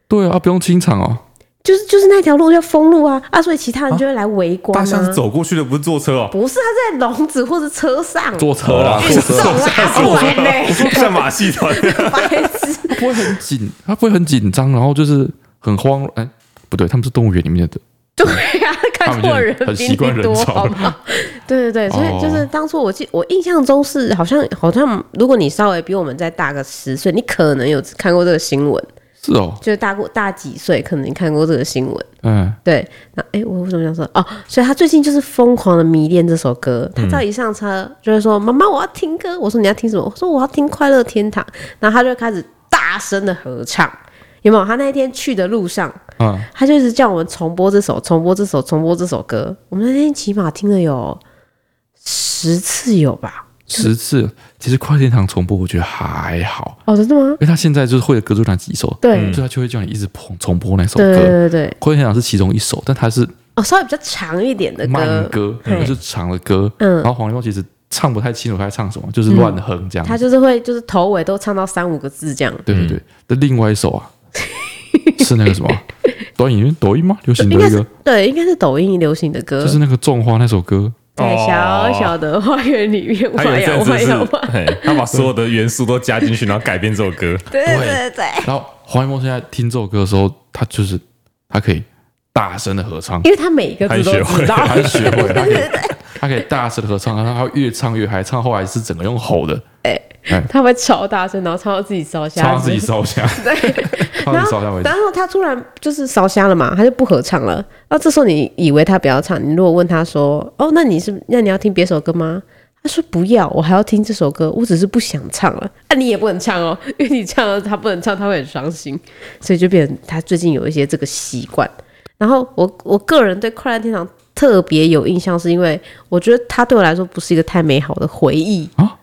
Speaker 2: 对啊，不用清场哦。
Speaker 1: 就是就是那条路叫封路啊啊，所以其他人就会来围观
Speaker 3: 大象
Speaker 1: 啊
Speaker 3: 是。走过去的，不是坐车哦，
Speaker 1: 不是，他在笼子或者车上
Speaker 2: 坐车啦，
Speaker 1: 运
Speaker 2: 坐
Speaker 1: 送
Speaker 2: 车
Speaker 1: 啊，不然嘞，
Speaker 3: 像马戏 团，
Speaker 1: 白痴。
Speaker 2: 不会很紧，他不会很紧张，然后就是很慌。哎，不对，他们是动物园里面的，
Speaker 1: 对啊，看错人
Speaker 2: 他们
Speaker 1: 比
Speaker 2: 就
Speaker 1: 你
Speaker 2: 很习惯人
Speaker 1: 多，
Speaker 2: 潮哦
Speaker 1: 好吗？ 对对对，所以就是当初我记，我印象中是好像好像，如果你稍微比我们再大个十岁，你可能有看过这个新闻。
Speaker 2: 是哦，
Speaker 1: 就是大过大几岁，可能你看过这个新闻。
Speaker 2: 嗯，
Speaker 1: 对，那哎，我为什么想说哦？所以他最近就是疯狂的迷恋这首歌。他只要一上车，就会说：“妈妈，我要听歌。”我说：“你要听什么？”我说：“我要听《快乐天堂》。”然后他就开始大声的合唱，有没有？他那一天去的路上，
Speaker 2: 嗯，
Speaker 1: 他就一直叫我们重播这首、重播这首、重播这首歌。我们那天起码听了有十次有吧？
Speaker 2: 十次。其实快天堂重播我觉得还好，
Speaker 1: 哦，真的吗
Speaker 2: 因？为他现在就是会的歌就那几首，
Speaker 1: 对
Speaker 2: 所以他就会叫你一直重重播嗯那首
Speaker 1: 对对
Speaker 2: 歌。
Speaker 1: 对对，
Speaker 2: 快天堂是其中一首，但它是
Speaker 1: 哦，稍微比较长一点的
Speaker 2: 慢
Speaker 1: 歌，
Speaker 2: 歌，
Speaker 1: 嘿
Speaker 2: 就是长的歌。
Speaker 1: 嗯
Speaker 2: 然后黄立光其实唱不太清楚他在唱什么，就是乱哼这样。
Speaker 1: 他就是会就是头尾都唱到三五个字这样。
Speaker 2: 对对对，那另外一首啊， 是那个什么抖音抖音吗？流行的
Speaker 1: 应该
Speaker 2: 那
Speaker 1: 是呃
Speaker 2: 个，
Speaker 1: 对，应该是抖音流行的歌，
Speaker 2: 就是那哦个《种花》那首歌。
Speaker 1: 在小小的花园里面
Speaker 3: 他有
Speaker 1: 挖
Speaker 3: 一
Speaker 1: 呀
Speaker 3: 阵
Speaker 1: 挖
Speaker 3: 子是
Speaker 1: 呀挖，，
Speaker 3: 嘿他把所有的元素都加进去，然后改变这首歌。
Speaker 1: 对对对对，
Speaker 2: 然后黄立光现在听这首歌的时候，他就是他可以大声的合唱，
Speaker 1: 因为他每一个字都知道，
Speaker 2: 他学会了，他 可
Speaker 1: 对
Speaker 2: 以他可以大声的合唱，然后他会越唱越嗨，唱后来是整个用吼的，
Speaker 1: 他会超大声，然后唱到自己烧瞎，
Speaker 2: 唱到自己 烧瞎， 对，唱到
Speaker 1: 然
Speaker 2: 自己
Speaker 1: 后
Speaker 2: 烧瞎为止
Speaker 1: 然。后他突然就是烧瞎了嘛，他就不合唱了。那这时候你以为他不要唱，你如果问他说：“哦，那你是那你要听别首歌吗？”他说：“不要，我还要听这首歌，我只是不想唱 了。”那你也不能唱哦，因为你唱了他不能唱，他会很伤心，所以就变成他最近有一些这个习惯。然后我我个人对《快乐天堂》特别有印象，是因为我觉得它对我来说不是一个太美好的回忆
Speaker 2: 啊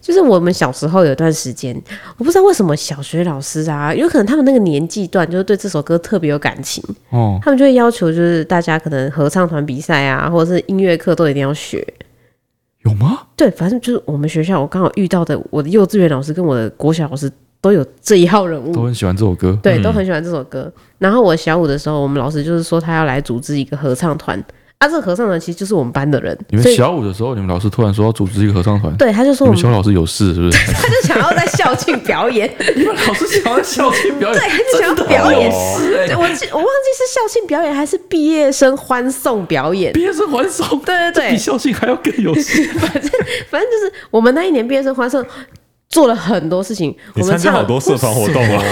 Speaker 1: 就是我们小时候有一段时间，我不知道为什么小学老师啊，有可能他们那个年纪段就是对这首歌特别有感情，
Speaker 2: 哦，
Speaker 1: 他们就会要求就是大家可能合唱团比赛啊，或者是音乐课都一定要学。
Speaker 2: 有吗？
Speaker 1: 对，反正就是我们学校我刚好遇到的，我的幼稚园老师跟我的国小老师都有这一号人物，
Speaker 2: 嗯都很喜欢这首歌，
Speaker 1: 对，都很喜欢这首歌。然后我小五的时候，我们老师就是说他要来组织一个合唱团，啊，这个合唱团其实就是我们班的人，
Speaker 2: 你
Speaker 1: 所
Speaker 2: 们
Speaker 1: 以
Speaker 2: 小五的时候，你们老师突然说要组织一个合唱团，
Speaker 1: 对他就说
Speaker 2: 你
Speaker 1: 我
Speaker 2: 们
Speaker 1: 们
Speaker 2: 小老师有事是 不是？
Speaker 1: 他就想要在校庆表 演，
Speaker 2: 你们老师想要校庆表演，
Speaker 1: 对，他就想要表演。
Speaker 3: 哦
Speaker 1: 对 我记我忘记是校庆表演还是毕业生欢送表演，
Speaker 2: 毕业生还手，
Speaker 1: 对对对
Speaker 2: 比校庆还要更有事。
Speaker 1: 反正就是我们那一年毕业生欢送做了很多事情，我
Speaker 3: 你
Speaker 1: 们
Speaker 3: 参加
Speaker 1: 唱了
Speaker 3: 好多社团活动哦。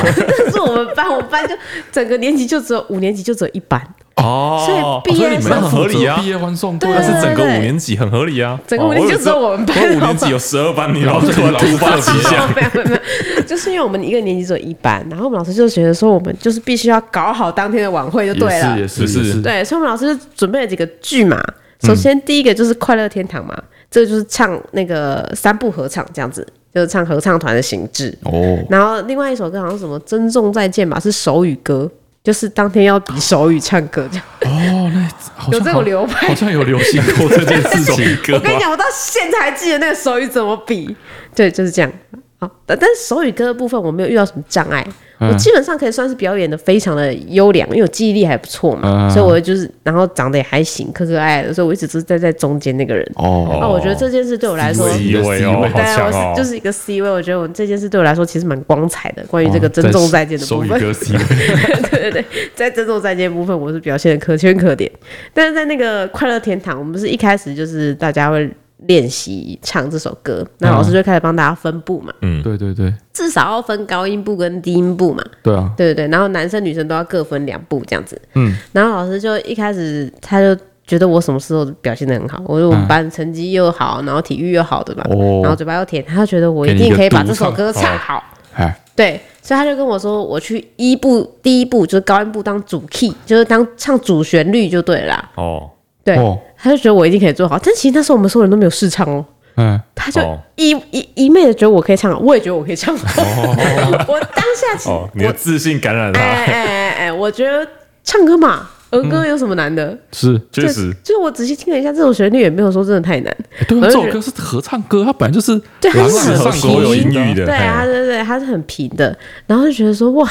Speaker 1: 这是我们班，我们班就整个年级就只有五年级就只有一班，
Speaker 3: 哦，
Speaker 1: 所以毕业生
Speaker 3: 哦所以你们很合理啊
Speaker 2: 毕。业欢送，
Speaker 1: 对
Speaker 3: 但是整个
Speaker 1: 对对
Speaker 3: 五年级很合理啊，
Speaker 1: 整个五年级
Speaker 3: 哦
Speaker 1: 就只有我们班
Speaker 3: 我有五年级有十二班，你老师突然突发奇
Speaker 1: 没有
Speaker 3: 想，
Speaker 1: 没有没有没有，就是因为我们一个年级只有一班，然后我们老师就觉得说我们就是必须要搞好当天的晚会就对了，
Speaker 2: 也是也是
Speaker 3: 是
Speaker 2: 也是，
Speaker 1: 对，所以我们老师就准备了几个剧嘛。首先第一个就是《快乐天堂》嘛，这个就是唱那个三部合唱这样子，就是唱合唱团的形制。
Speaker 2: 哦，
Speaker 1: 然后另外一首歌好像什么《珍重再见》吧，是手语歌，就是当天要比手语唱歌这样。
Speaker 2: 哦，那好 像
Speaker 1: 有这种流派
Speaker 2: 好像有流行过这件事
Speaker 3: 手
Speaker 2: 情。
Speaker 3: 语歌
Speaker 1: 我跟你
Speaker 3: 吗？
Speaker 1: 讲，我到现在还记得那个手语怎么比。对，就是这样。好，但但是手语歌的部分我没有遇到什么障碍，
Speaker 2: 嗯
Speaker 1: 我基本上可以算是表演的非常的优良，因为我记忆力还不错嘛，
Speaker 2: 嗯
Speaker 1: 所以我就是然后长得也还行，可可爱爱的，所以我一直都是在在中间那个人。
Speaker 2: 哦，
Speaker 1: 那、我觉得这件事对我 来说，
Speaker 2: C
Speaker 3: 以为哦，好
Speaker 1: 对啊，
Speaker 3: 强
Speaker 1: 我
Speaker 3: 哦
Speaker 1: 是就，是一个 C 位，我觉得我这件事对我来说其实蛮光彩的。关于这个珍重再见的部
Speaker 2: 哦手语
Speaker 1: 分，
Speaker 2: 歌 C 位，
Speaker 1: 对对对，在珍重再见的部分，我是表现的可圈可点。但是在那个快乐天堂，我们不是一开始就是大家会练习唱这首歌，
Speaker 2: 嗯
Speaker 1: 那老师就开始帮大家分部嘛，
Speaker 3: 嗯，
Speaker 2: 对对对
Speaker 1: 至少要分高音部跟低音部嘛，
Speaker 2: 对啊，
Speaker 1: 对对对，然后男生女生都要各分两部这样子。
Speaker 2: 嗯，
Speaker 1: 然后老师就一开始他就觉得我什么事都表现的很好，我说我们班成绩又好，然后体育又好的嘛，
Speaker 2: 嗯哦
Speaker 1: 然后嘴巴又甜，他就觉得我一
Speaker 2: 给你一
Speaker 1: 定
Speaker 2: 个
Speaker 1: 可以把
Speaker 2: 独
Speaker 1: 这首
Speaker 2: 唱
Speaker 1: 歌唱
Speaker 3: 哦
Speaker 1: 好。
Speaker 2: 哎，
Speaker 1: 对，所以他就跟我说，我去一部第一部就是高音部当主 key，就是当唱主旋律就对了啦。
Speaker 3: 哦，
Speaker 1: 对，
Speaker 2: 哦，
Speaker 1: 他就觉得我一定可以做好，但其实那时候我们所有人都没有试唱哦。
Speaker 2: 嗯，
Speaker 1: 他就
Speaker 3: 哦
Speaker 1: 一、一一昧的觉得我可以唱好，我也觉得我可以唱好。 我当下其实
Speaker 3: 哦，你的
Speaker 1: 我
Speaker 3: 自信感染
Speaker 1: 哎哎
Speaker 3: 他，
Speaker 1: 哎哎哎，我觉得唱歌嘛，儿歌有什么难的？
Speaker 2: 是，
Speaker 3: 嗯确实，
Speaker 1: 就，就我仔细听了一下，这首旋律也没有说真的太 难。
Speaker 2: 哎对啊，
Speaker 1: 我就
Speaker 2: 这首
Speaker 1: 觉得
Speaker 2: 歌是合唱歌，它本来就是
Speaker 1: 对它是
Speaker 2: 朗朗
Speaker 1: 合
Speaker 2: 上
Speaker 1: 唱
Speaker 2: 口
Speaker 1: 歌
Speaker 3: 有音域的
Speaker 1: 对啊，
Speaker 3: 嘿
Speaker 1: 对对对，他是很平的，然后就觉得说哇，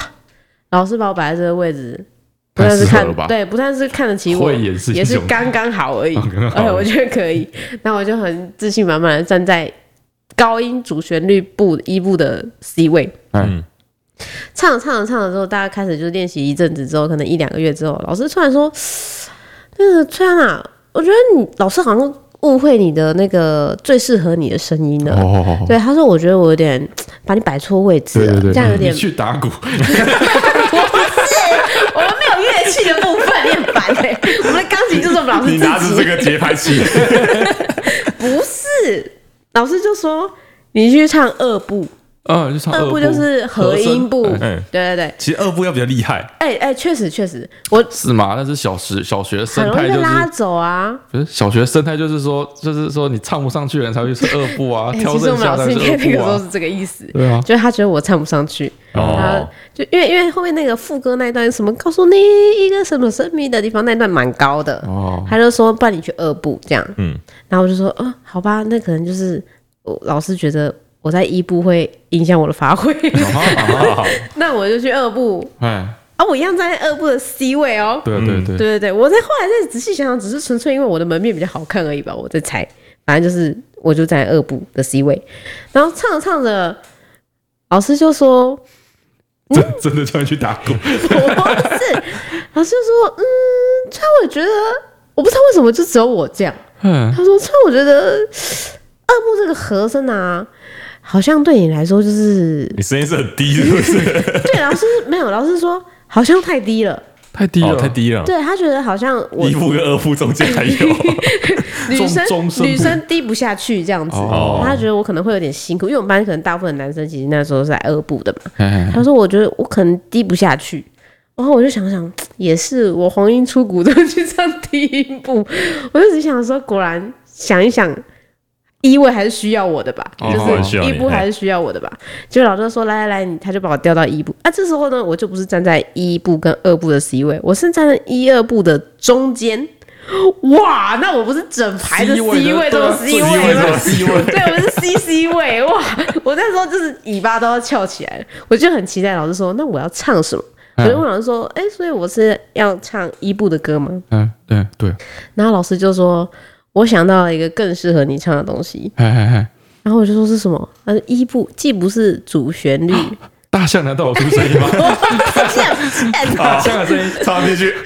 Speaker 1: 老师把我摆在这个位置，不
Speaker 2: 太
Speaker 1: 但是
Speaker 2: 适合
Speaker 1: 看
Speaker 2: 了吧
Speaker 1: 对，不但是看得起我，
Speaker 2: 慧眼识
Speaker 1: 也是
Speaker 2: 英雄
Speaker 1: 刚刚好而已，
Speaker 2: 刚刚好
Speaker 1: 而且我觉得可以，那我就很自信满满的站在高音主旋律部一部的 C 位，
Speaker 2: 嗯，
Speaker 1: 唱着唱着唱着之后，大家开始就是练习一阵子之后，可能一两个月之后，老师突然说：“ 那个崔安啊，我觉得你老师好像误会你的那个最适合你的声音了。
Speaker 2: 哦，
Speaker 1: 对，他说：“我觉得我有点把你摆错位置
Speaker 2: 对
Speaker 1: 了，
Speaker 2: 对对，
Speaker 1: 这样有点
Speaker 2: 你去打鼓，
Speaker 1: 很厌烦哎、我们的钢琴就是我们老师
Speaker 3: 你拿
Speaker 1: 自
Speaker 3: 着
Speaker 1: 己
Speaker 3: 这，个节拍器，
Speaker 1: 不是老师就说你去唱二部，
Speaker 2: 嗯，就唱
Speaker 1: 二
Speaker 2: 二
Speaker 1: 部就是合音部，
Speaker 2: 声哎
Speaker 1: 对对
Speaker 3: 嗯
Speaker 1: 对，
Speaker 3: 其实二部要比较厉 害，
Speaker 1: 哎哎，确实确实，我
Speaker 2: 是吗？那是小时小学
Speaker 1: 很
Speaker 2: 生
Speaker 1: 容易
Speaker 2: 态
Speaker 1: 被
Speaker 2: 就是
Speaker 1: 拉走啊。
Speaker 2: 不是小学生态，就是说，就是说你唱不上去的人才会去二部啊，
Speaker 1: 哎、
Speaker 2: 挑
Speaker 1: 其实我们
Speaker 2: 剩下
Speaker 1: 老
Speaker 2: 的
Speaker 1: 师应该那个时
Speaker 2: 二部
Speaker 1: 候
Speaker 2: 啊，
Speaker 1: 是这个意思，
Speaker 2: 对啊，
Speaker 1: 就是他觉得我唱不上去，
Speaker 3: 哦
Speaker 1: 然后就因为因为后面那个副歌那一段什么告诉你一个什么神秘的地方，那一段蛮高的，
Speaker 2: 哦，
Speaker 1: 他就说不然你去二部这样，
Speaker 3: 嗯
Speaker 1: 然后我就说啊、好吧，那可能就是我老师觉得我在一部会影响我的发挥，
Speaker 3: 啊，
Speaker 1: 那我就去二部
Speaker 2: 哎，
Speaker 1: 啊，我一样站在二部的 C 位哦，
Speaker 2: 对啊
Speaker 3: 嗯
Speaker 2: 对啊对
Speaker 1: 对
Speaker 2: 啊，
Speaker 1: 对对，我在后来再仔细想想，只是纯粹因为我的门面比较好看而已吧，我在猜。反正就是我就在二部的 C 位，然后唱着唱着，老师就说 嗯
Speaker 3: 真真的叫你去打鼓，：“
Speaker 1: 不是。”老师就说：“嗯，虽然我觉得我不知道为什么就只有我这样。”
Speaker 2: 嗯，
Speaker 1: 他说：“虽然我觉得呃二部这个和声啊，好像对你来说就是
Speaker 3: 你声音是很低，是不是？
Speaker 1: 对老师没有，老师说好像太低了。”
Speaker 2: 太低
Speaker 3: 哦
Speaker 2: 了，
Speaker 3: 太，低了，
Speaker 1: 对他觉得好像我
Speaker 3: 一部跟二部中间还有，
Speaker 1: 女生
Speaker 2: 中中声
Speaker 1: 女
Speaker 2: 部
Speaker 1: 生低不下去这样子，
Speaker 2: 哦
Speaker 1: 他觉得我可能会有点辛苦，因为我们班可能大部分男生其实那时候是在二部的嘛。
Speaker 3: 嗯
Speaker 2: 哎，
Speaker 1: 他说我觉得我可能低不下去，然后我就想想，也是我黄莺出谷都去唱低音部，我就只想说，果然想一想。一位还是需要我的吧，
Speaker 2: 哦
Speaker 1: 就
Speaker 2: 还
Speaker 3: 是需
Speaker 1: 是
Speaker 3: 要你
Speaker 1: 一部还是需要我的吧。结果老师就说来来来，你他就把我调到一部啊。这时候呢，我就不是站在一部跟二部的 C 位，我是站在一二部的中间。哇，那我不是整排的
Speaker 2: C 位的
Speaker 1: C 位
Speaker 2: 对
Speaker 1: 都
Speaker 2: 啊
Speaker 1: 是 C
Speaker 2: 是 C
Speaker 1: 位
Speaker 2: 位
Speaker 1: 吗
Speaker 2: 都是 C 位
Speaker 1: 对，我是 C C 位哇！我那时候就是尾巴都要翘起来了，我就很期待老师说，那我要唱什么？我就问老师说，哎、所以我是要唱一部的歌吗？
Speaker 2: 嗯，对对，
Speaker 1: 然后老师就说，我想到了一个更适合你唱的东西。
Speaker 2: 哎哎哎，
Speaker 1: 然后我就说是什么？他说一部既不是主旋律，
Speaker 2: 大象难道有出声 音吗？
Speaker 1: 贱不贱啊？
Speaker 2: 哦
Speaker 3: 像个声音插进去，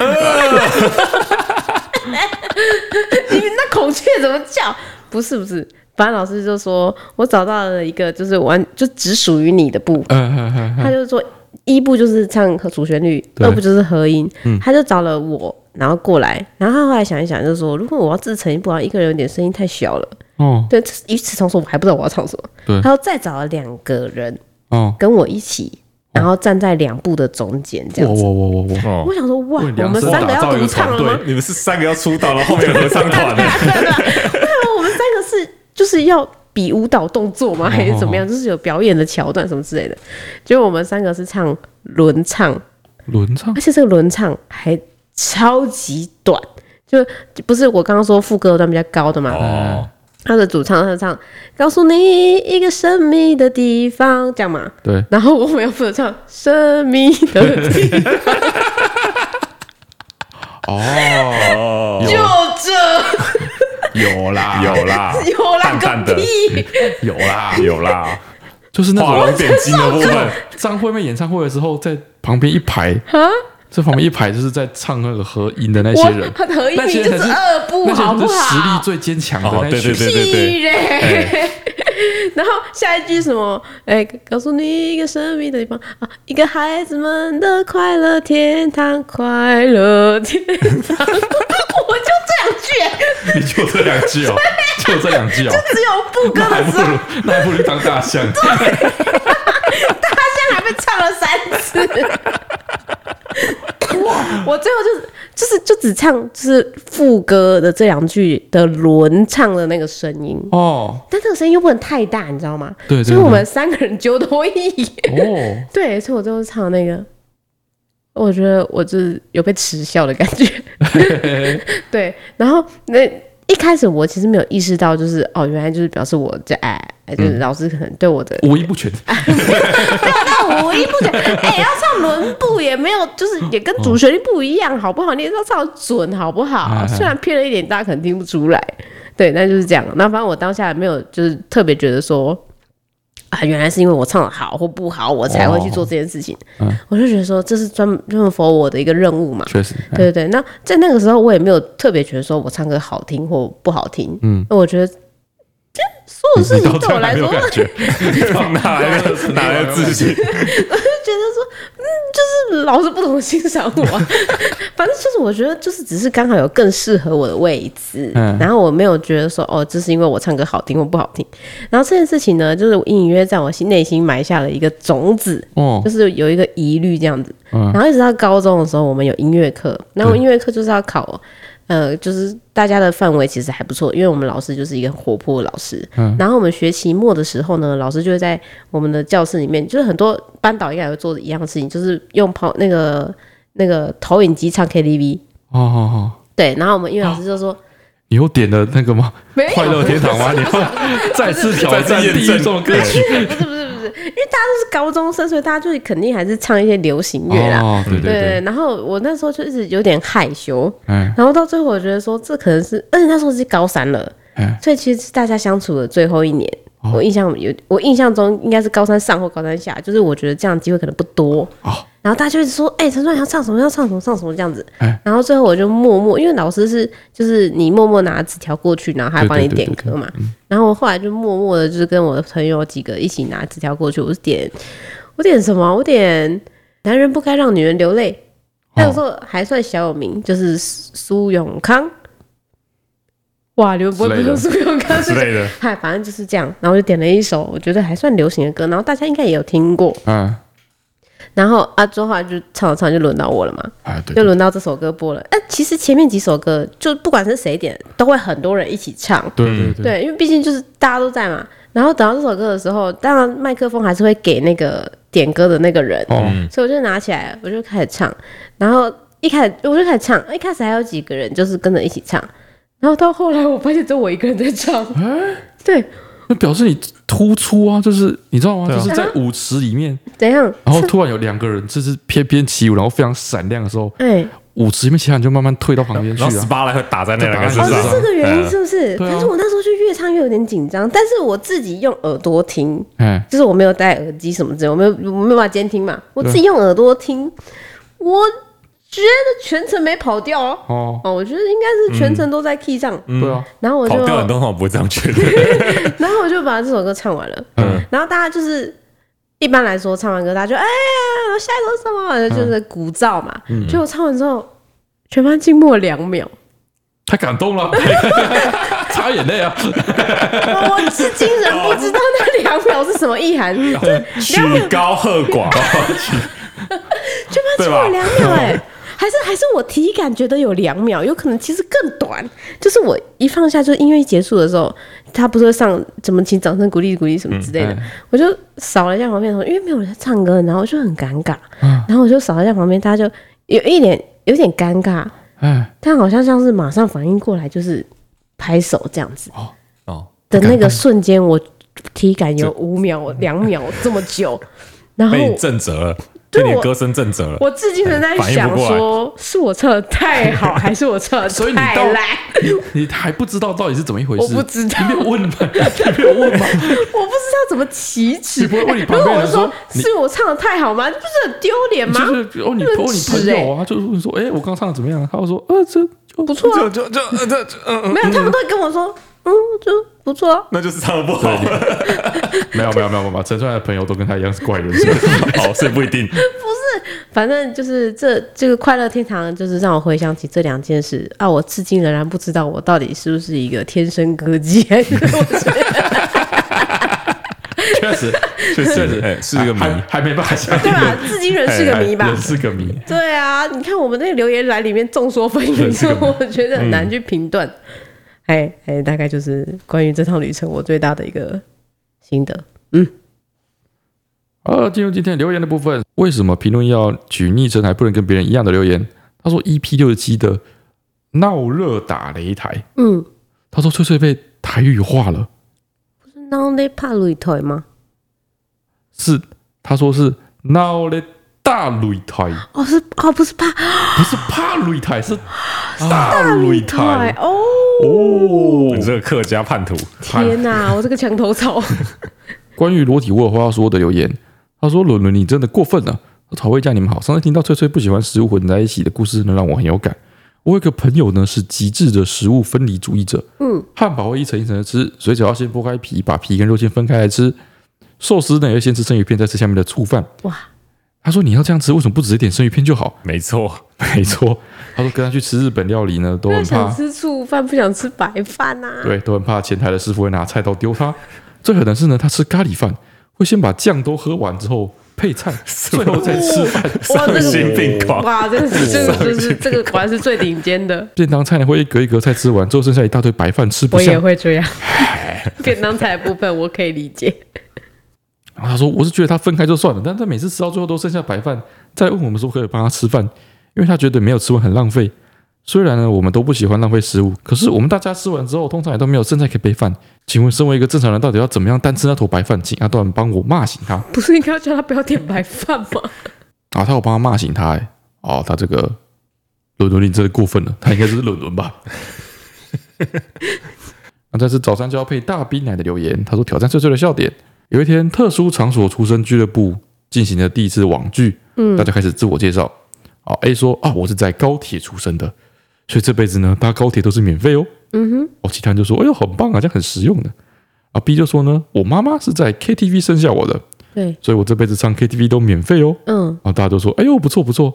Speaker 1: 你们那孔雀怎么叫？不是不是，反正老师就说我找到了一个就是完就只属于你的部分，
Speaker 2: 嗯嗯嗯
Speaker 1: 他
Speaker 2: 嗯，
Speaker 1: 就说一部就是唱和主旋律，
Speaker 2: 对
Speaker 1: 二部就是合音，他就找了我。然后过来，然后他后来想一想，就说如果我要自成一部，好像一个人有点声音太小了。
Speaker 2: 哦
Speaker 1: 对，这与此同时我还不知道我要唱什么。
Speaker 2: 对
Speaker 1: 他又再找了两个人
Speaker 2: 哦，
Speaker 1: 跟我一起，然后站在两部的中间这
Speaker 2: 我
Speaker 1: 样子。
Speaker 2: 我我我我，
Speaker 3: 哦
Speaker 1: 我想说，哇，
Speaker 2: 为
Speaker 1: 我
Speaker 2: 量
Speaker 1: 们
Speaker 2: 身
Speaker 1: 三个
Speaker 3: 打
Speaker 1: 要
Speaker 3: 造一
Speaker 1: 独
Speaker 3: 个
Speaker 1: 唱
Speaker 3: 团
Speaker 1: 了吗
Speaker 3: 队？，你们是三个要出道，然后后面有合唱 团
Speaker 1: 对啊，对啊对啊对啊， 我们三个是就是要比舞蹈动作吗？还是怎么样？就是有表演的桥段什么之类的。结果我们三个是唱轮唱，
Speaker 2: 轮唱
Speaker 1: 而且这个轮唱还超级短，就就不是我刚刚说副歌有段比较高的嘛，嗯
Speaker 3: 哦，
Speaker 1: 他的主唱他唱告诉你一个神秘的地方，这样嘛。
Speaker 2: 对
Speaker 1: 然后我们要负责唱神秘的地方，
Speaker 2: 哦，
Speaker 1: 就这
Speaker 2: 有啦
Speaker 3: 有啦，
Speaker 1: 有啦
Speaker 3: 淡淡
Speaker 1: 个
Speaker 3: 的嗯
Speaker 1: 屁！
Speaker 2: 有啦， 哦
Speaker 3: 有啦，
Speaker 2: 就是那
Speaker 3: 画
Speaker 2: 种
Speaker 3: 龙点睛的部分，
Speaker 2: 张惠妹演唱会的时候，在旁边一排
Speaker 1: 啊，
Speaker 2: 这旁边一排就是在唱那个合音的那些
Speaker 1: 我
Speaker 2: 人，
Speaker 1: 很合意，
Speaker 2: 那
Speaker 1: 你
Speaker 2: 些
Speaker 1: 就
Speaker 2: 才
Speaker 1: 是二部
Speaker 2: 那些
Speaker 1: 好
Speaker 2: 人
Speaker 1: 不
Speaker 2: 是实力
Speaker 1: 好？
Speaker 2: 最坚强的
Speaker 3: 哦
Speaker 2: 那一群
Speaker 3: 对对
Speaker 1: 屁嘞！然后下一句是什么？哎、告诉你一个神秘的地方啊，一个孩子们的快乐天堂，快乐天堂。我就这两句、
Speaker 2: 你就这两句哦， 就这两 句哦，
Speaker 1: 只有副歌
Speaker 2: 那还
Speaker 1: 的时
Speaker 2: 不
Speaker 1: 候，
Speaker 2: 如那还不如当大象，
Speaker 1: 大象还被唱了三次。我最后就是就是就只唱就是副歌的这两句的轮唱的那个声音，
Speaker 2: 哦
Speaker 1: 但这个声音又不能太大，你知道吗？
Speaker 2: 对对
Speaker 1: 所以
Speaker 2: 对
Speaker 1: 我们三个人揪多一。
Speaker 2: 哦，
Speaker 1: 对，所以我最后唱那个，我觉得我就是有被耻笑的感觉。对，然后那一开始我其实没有意识到，就是哦，原来就是表示我这哎，就是老师可能对我的，
Speaker 2: 五音不全，
Speaker 1: 啊但我无意不讲，哎，要唱轮步也没有，就是也跟主旋律不一样，好不好？你也是要唱准，好不
Speaker 2: 哎
Speaker 3: 嗯
Speaker 1: 好？
Speaker 2: 哎
Speaker 1: 虽然偏了一点，大家可能听不出来。对，那就是这样。那反正我当下也没有，就是特别觉得说。啊，原来是因为我唱的好或不好，我才会去做这件事情。
Speaker 2: 哦嗯
Speaker 1: 我就觉得说，这是专门专门 for 我的一个任务嘛。
Speaker 2: 确实，
Speaker 3: 嗯
Speaker 1: 对对对，那在那个时候，我也没有特别觉得说我唱歌好听或不好听。嗯，那我觉得这所有事
Speaker 3: 你
Speaker 1: 情 对
Speaker 3: 到
Speaker 1: 我
Speaker 3: 这
Speaker 1: 来
Speaker 3: 还没
Speaker 1: 说，
Speaker 3: 有感觉，哪来的哪来的自信？
Speaker 1: 觉得说，嗯，就是就是老是不懂欣赏我啊、反正就是我觉得就是只是刚好有更适合我的位置，
Speaker 2: 嗯
Speaker 1: 然后我没有觉得说哦，这是因为我唱歌好听或不好听。然后这件事情呢，就是我隐隐约约在我心内心埋下了一个种子，
Speaker 2: 哦
Speaker 1: 就，是有一个疑虑这样子。
Speaker 2: 嗯
Speaker 1: 然后一直到高中的时候，我们有音乐课，然后音乐课就是要考，呃，就是大家的范围其实还不错，因为我们老师就是一个很活泼的老师。
Speaker 2: 嗯
Speaker 1: 然后我们学期末的时候呢，老师就会在我们的教室里面，就是很多班导应该也会做一样的事情，就是用跑那个那个投影机唱 KTV。
Speaker 2: 哦哦哦，
Speaker 1: 对，然后我们音乐老师就说。
Speaker 2: 你又点了那个吗？
Speaker 1: 没有
Speaker 2: 哦快乐天 堂吗？你又再次挑战地狱中的歌曲？
Speaker 1: 就是高中生，所以大家就是肯定还是唱一些流行乐啦。
Speaker 2: 哦，对对
Speaker 1: 对
Speaker 2: 对，
Speaker 1: 然后我那时候就一直有点害羞，
Speaker 2: 哎
Speaker 1: 然后到最后我觉得说这可能是，而且那时候是高三了，
Speaker 2: 哎，
Speaker 1: 所以其实是大家相处的最后一年。
Speaker 2: 哦
Speaker 1: 我印象有，我印象中应该是高三上或高三下，就是我觉得这样的机会可能不多。
Speaker 2: 哦
Speaker 1: 然后大家就一直说：“哎、陈川要唱什么？要唱什么？唱什么？”这样子。
Speaker 2: 哎
Speaker 1: 然后最后我就默默，因为老师是就是你默默拿纸条过去，然后他还帮你
Speaker 2: 对对
Speaker 1: 点
Speaker 2: 对对嗯
Speaker 1: 歌嘛。然后我后来就默默的，就是跟我的朋友几个一起拿纸条过去，我是点我点什么？我点男人不该让女人流泪。那个时
Speaker 2: 哦
Speaker 1: 候还算小有名，就是苏苏永康。哇，你们不会不用苏永康
Speaker 3: 之类的，
Speaker 1: 嗨，反正就是这样。然后我就点了一首我觉得还算流行的歌，然后大家应该也有听过。
Speaker 2: 哎
Speaker 1: 然后啊，之后来就唱着唱就轮到我了嘛，
Speaker 2: 哎，对
Speaker 1: 就
Speaker 2: 对
Speaker 1: 轮到这首歌播了。哎、其实前面几首歌就不管是谁点，都会很多人一起唱。
Speaker 2: 对对，
Speaker 1: 对，因为毕竟就是大家都在嘛。然后等到这首歌的时候，当然麦克风还是会给那个点歌的那个人，
Speaker 2: 哦
Speaker 3: 嗯
Speaker 1: 所以我就拿起来了，我就开始唱。然后一开始我就开始唱，一开始还有几个人就是跟着一起唱，然后到后来我发现只有我一个人在唱。
Speaker 2: 啊
Speaker 1: 对，
Speaker 2: 那表示你突出啊，就是你知道吗？
Speaker 3: 对
Speaker 2: 就
Speaker 3: 啊
Speaker 2: 是
Speaker 1: 嗯
Speaker 2: 在舞池里面，
Speaker 1: 怎样？
Speaker 2: 然后哦突然有两个人就是翩翩起舞，然后非常闪亮的时候，
Speaker 1: 哎，
Speaker 2: 舞池里面其他人就慢慢退到旁边去
Speaker 3: 然后
Speaker 2: 啊。
Speaker 3: SPA 会打在那两个身
Speaker 1: 哦，
Speaker 3: 上，
Speaker 1: 是这个原因
Speaker 3: 嗯
Speaker 1: 是不是？
Speaker 2: 对啊
Speaker 1: 但是我那时候就越唱越有点紧张，但是我自己用耳朵听，
Speaker 2: 哎，
Speaker 1: 就是我没有戴耳机什么之类，我没有我没有办法监听嘛，我自己用耳朵听，我觉得全程没跑调哦。
Speaker 2: 哦，
Speaker 1: 哦，我觉得应该是全程都在 key 上，
Speaker 2: 对啊，
Speaker 1: 然后我就
Speaker 3: 跑掉很多，我不会这样觉得。
Speaker 1: 然后我就把这首歌唱完了，
Speaker 2: 嗯
Speaker 1: 然后大家就是一般来说唱完歌，大家就哎，我下一首是什么，就是鼓噪嘛。结果唱完之后，全班静默两秒，
Speaker 2: 太感动 了，擦眼泪啊！
Speaker 1: 我至今仍不知道那两秒是什么意涵，全
Speaker 3: 曲高和寡，
Speaker 1: 班
Speaker 3: 对
Speaker 1: 静
Speaker 3: 吧
Speaker 1: 默两秒哎、 还是还是我体感觉得有两秒，有可能其实更短。就是我一放下，就是音乐一结束的时候，他不是会上怎么请掌声鼓励鼓励什么之类的，
Speaker 2: 嗯
Speaker 1: 我就扫了一下旁边的同学，因为没有人在唱歌，然后我就很尴尬，
Speaker 3: 嗯
Speaker 1: 然后我就扫了一下旁边，大家就有一点有点尴尬，
Speaker 2: 哎，
Speaker 1: 但好像像是马上反应过来，就是拍手这样子
Speaker 3: 哦，
Speaker 1: 的那个瞬间，我体感有五秒、两秒这么 久，然后
Speaker 3: 被你震折了，
Speaker 1: 对
Speaker 3: 被你的
Speaker 1: 我
Speaker 3: 歌声震折了。
Speaker 1: 我至今仍在
Speaker 3: 反应
Speaker 1: 想
Speaker 3: 不过来
Speaker 1: 说，是我唱的太好，还是我唱的
Speaker 2: 所以你
Speaker 1: 太
Speaker 2: 到
Speaker 1: 烂？
Speaker 2: 哎你你还不知道到底是怎么一回
Speaker 1: 我
Speaker 2: 事？
Speaker 1: 不知道
Speaker 2: 你没有问吗？你没有问 吗？
Speaker 1: 我不知道怎么启齿。
Speaker 2: 你不会问你
Speaker 1: 哎
Speaker 2: 旁边
Speaker 1: 如果
Speaker 2: 人
Speaker 1: 我说
Speaker 2: 说你
Speaker 1: 是我唱的太好吗？这不是很丢脸吗？
Speaker 2: 就是哦，你
Speaker 1: 不能
Speaker 2: 哦，你
Speaker 1: 吃
Speaker 2: 朋友啊，就是问说，哎，我刚唱的怎么样？他就说，呃，这就
Speaker 1: 欸不错啊，
Speaker 3: 就就就呃这这嗯， 嗯
Speaker 1: 没有，他们都会跟我说，嗯，就不错啊。
Speaker 3: 那就是唱的不好，
Speaker 2: 没有没有没有没有，陈川的朋友都跟他一样是怪人， 是吧
Speaker 3: 好，哦所以不一定。
Speaker 1: 反正就是这这个快乐天堂，就是让我回想起这两件事啊，我至今仍然不知道我到底是不是一个天生歌姬，还是我 是
Speaker 2: 确实
Speaker 3: 确
Speaker 2: 确实
Speaker 3: 哎是一个谜
Speaker 2: 还，还没办法下定
Speaker 1: 对啊吧
Speaker 2: 论，？
Speaker 1: 至今 仍是个谜吧
Speaker 2: 哎。是个谜。
Speaker 1: 对啊，你看我们那个留言栏里面众说纷纭，所以我觉得很难去评断。哎哎，大概就是关于这趟旅程我最大的一个心得。
Speaker 2: 好，进入今天留言的部分，为什么评论要取昵称还不能跟别人一样的留言？他说，E EP 六十七的闹热打擂台，
Speaker 1: 嗯，
Speaker 2: 他说翠翠被台语化了，
Speaker 1: 那那怕擂台吗？
Speaker 2: 是他说是闹了大擂台，
Speaker 1: 哦，是哦，不是怕
Speaker 2: 不是怕擂台，是大擂
Speaker 1: 台
Speaker 2: 台。
Speaker 1: 哦。
Speaker 3: 哦，你这个客家叛徒，
Speaker 1: 天哪、我这个墙头草。
Speaker 2: 关于裸体我有话要说的留言，他说：“伦伦，你真的过分了。”曹慧佳，你们好。上次听到翠翠不喜欢食物混在一起的故事呢，让我很有感。我有一个朋友呢，是极致的食物分离主义者。
Speaker 1: 嗯，
Speaker 2: 汉堡会一层一层的吃，水饺要先剥开皮，把皮跟肉馅分开来吃。寿司呢，要先吃生鱼片，再吃下面的醋饭。
Speaker 1: 哇，
Speaker 2: 他说你要这样吃，为什么不直接点生鱼片就好？
Speaker 3: 没错，
Speaker 2: 没错，他说跟他去吃日本料理呢，都
Speaker 1: 因
Speaker 2: 很
Speaker 1: 为想
Speaker 2: 怕，
Speaker 1: 吃醋饭，不想吃白饭呐、 啊。
Speaker 2: 对，都很怕前台的师傅会拿菜刀丢他。最狠的是呢，他吃咖喱饭会先把酱都喝完之后配菜，最后再吃饭。
Speaker 1: 哇，这
Speaker 3: 丧
Speaker 1: 个
Speaker 3: 心病狂，
Speaker 1: 哇，这个是这个就是这个果然是最顶尖的。
Speaker 2: 便当菜呢会一格一格菜吃完之后，剩下一大堆白饭吃不
Speaker 1: 我
Speaker 2: 下
Speaker 1: 也。会这样，便当菜的部分我可以理解。
Speaker 2: 然后他说：“我是觉得他分开就算了，但他每次吃到最后都剩下白饭，再问我们说可不可以帮他吃饭，因为他觉得没有吃完很浪费。虽然呢，我们都不喜欢浪费食物，可是我们大家吃完之后，通常也都没有剩菜可以备饭。请问，身为一个正常人，到底要怎么样单吃那坨白饭？请阿段帮我骂醒他。
Speaker 1: 不是应该要叫他不要点白饭吗？
Speaker 2: 啊，他有帮他骂醒他、欸。哦，他这个伦伦，你真的过分了，他应该是伦伦吧？ 那这是早餐就要配大冰奶的留言，他说挑战碎碎的笑点。有一天，特殊场所出身俱乐部进行了第一次网剧，嗯，大家开始自我介绍。哦，A 说啊，我是在高铁出生的，所以这辈子呢搭高铁都是免费哦。嗯哼，哦，其他人就说，哎呦，很棒啊，这样很实用的。啊，B 就说呢，我妈妈是在 KTV 生下我的，
Speaker 1: 对，
Speaker 2: 所以我这辈子唱 KTV 都免费哦。
Speaker 1: 嗯，
Speaker 2: 然后大家都说：“哎呦，不错不错。”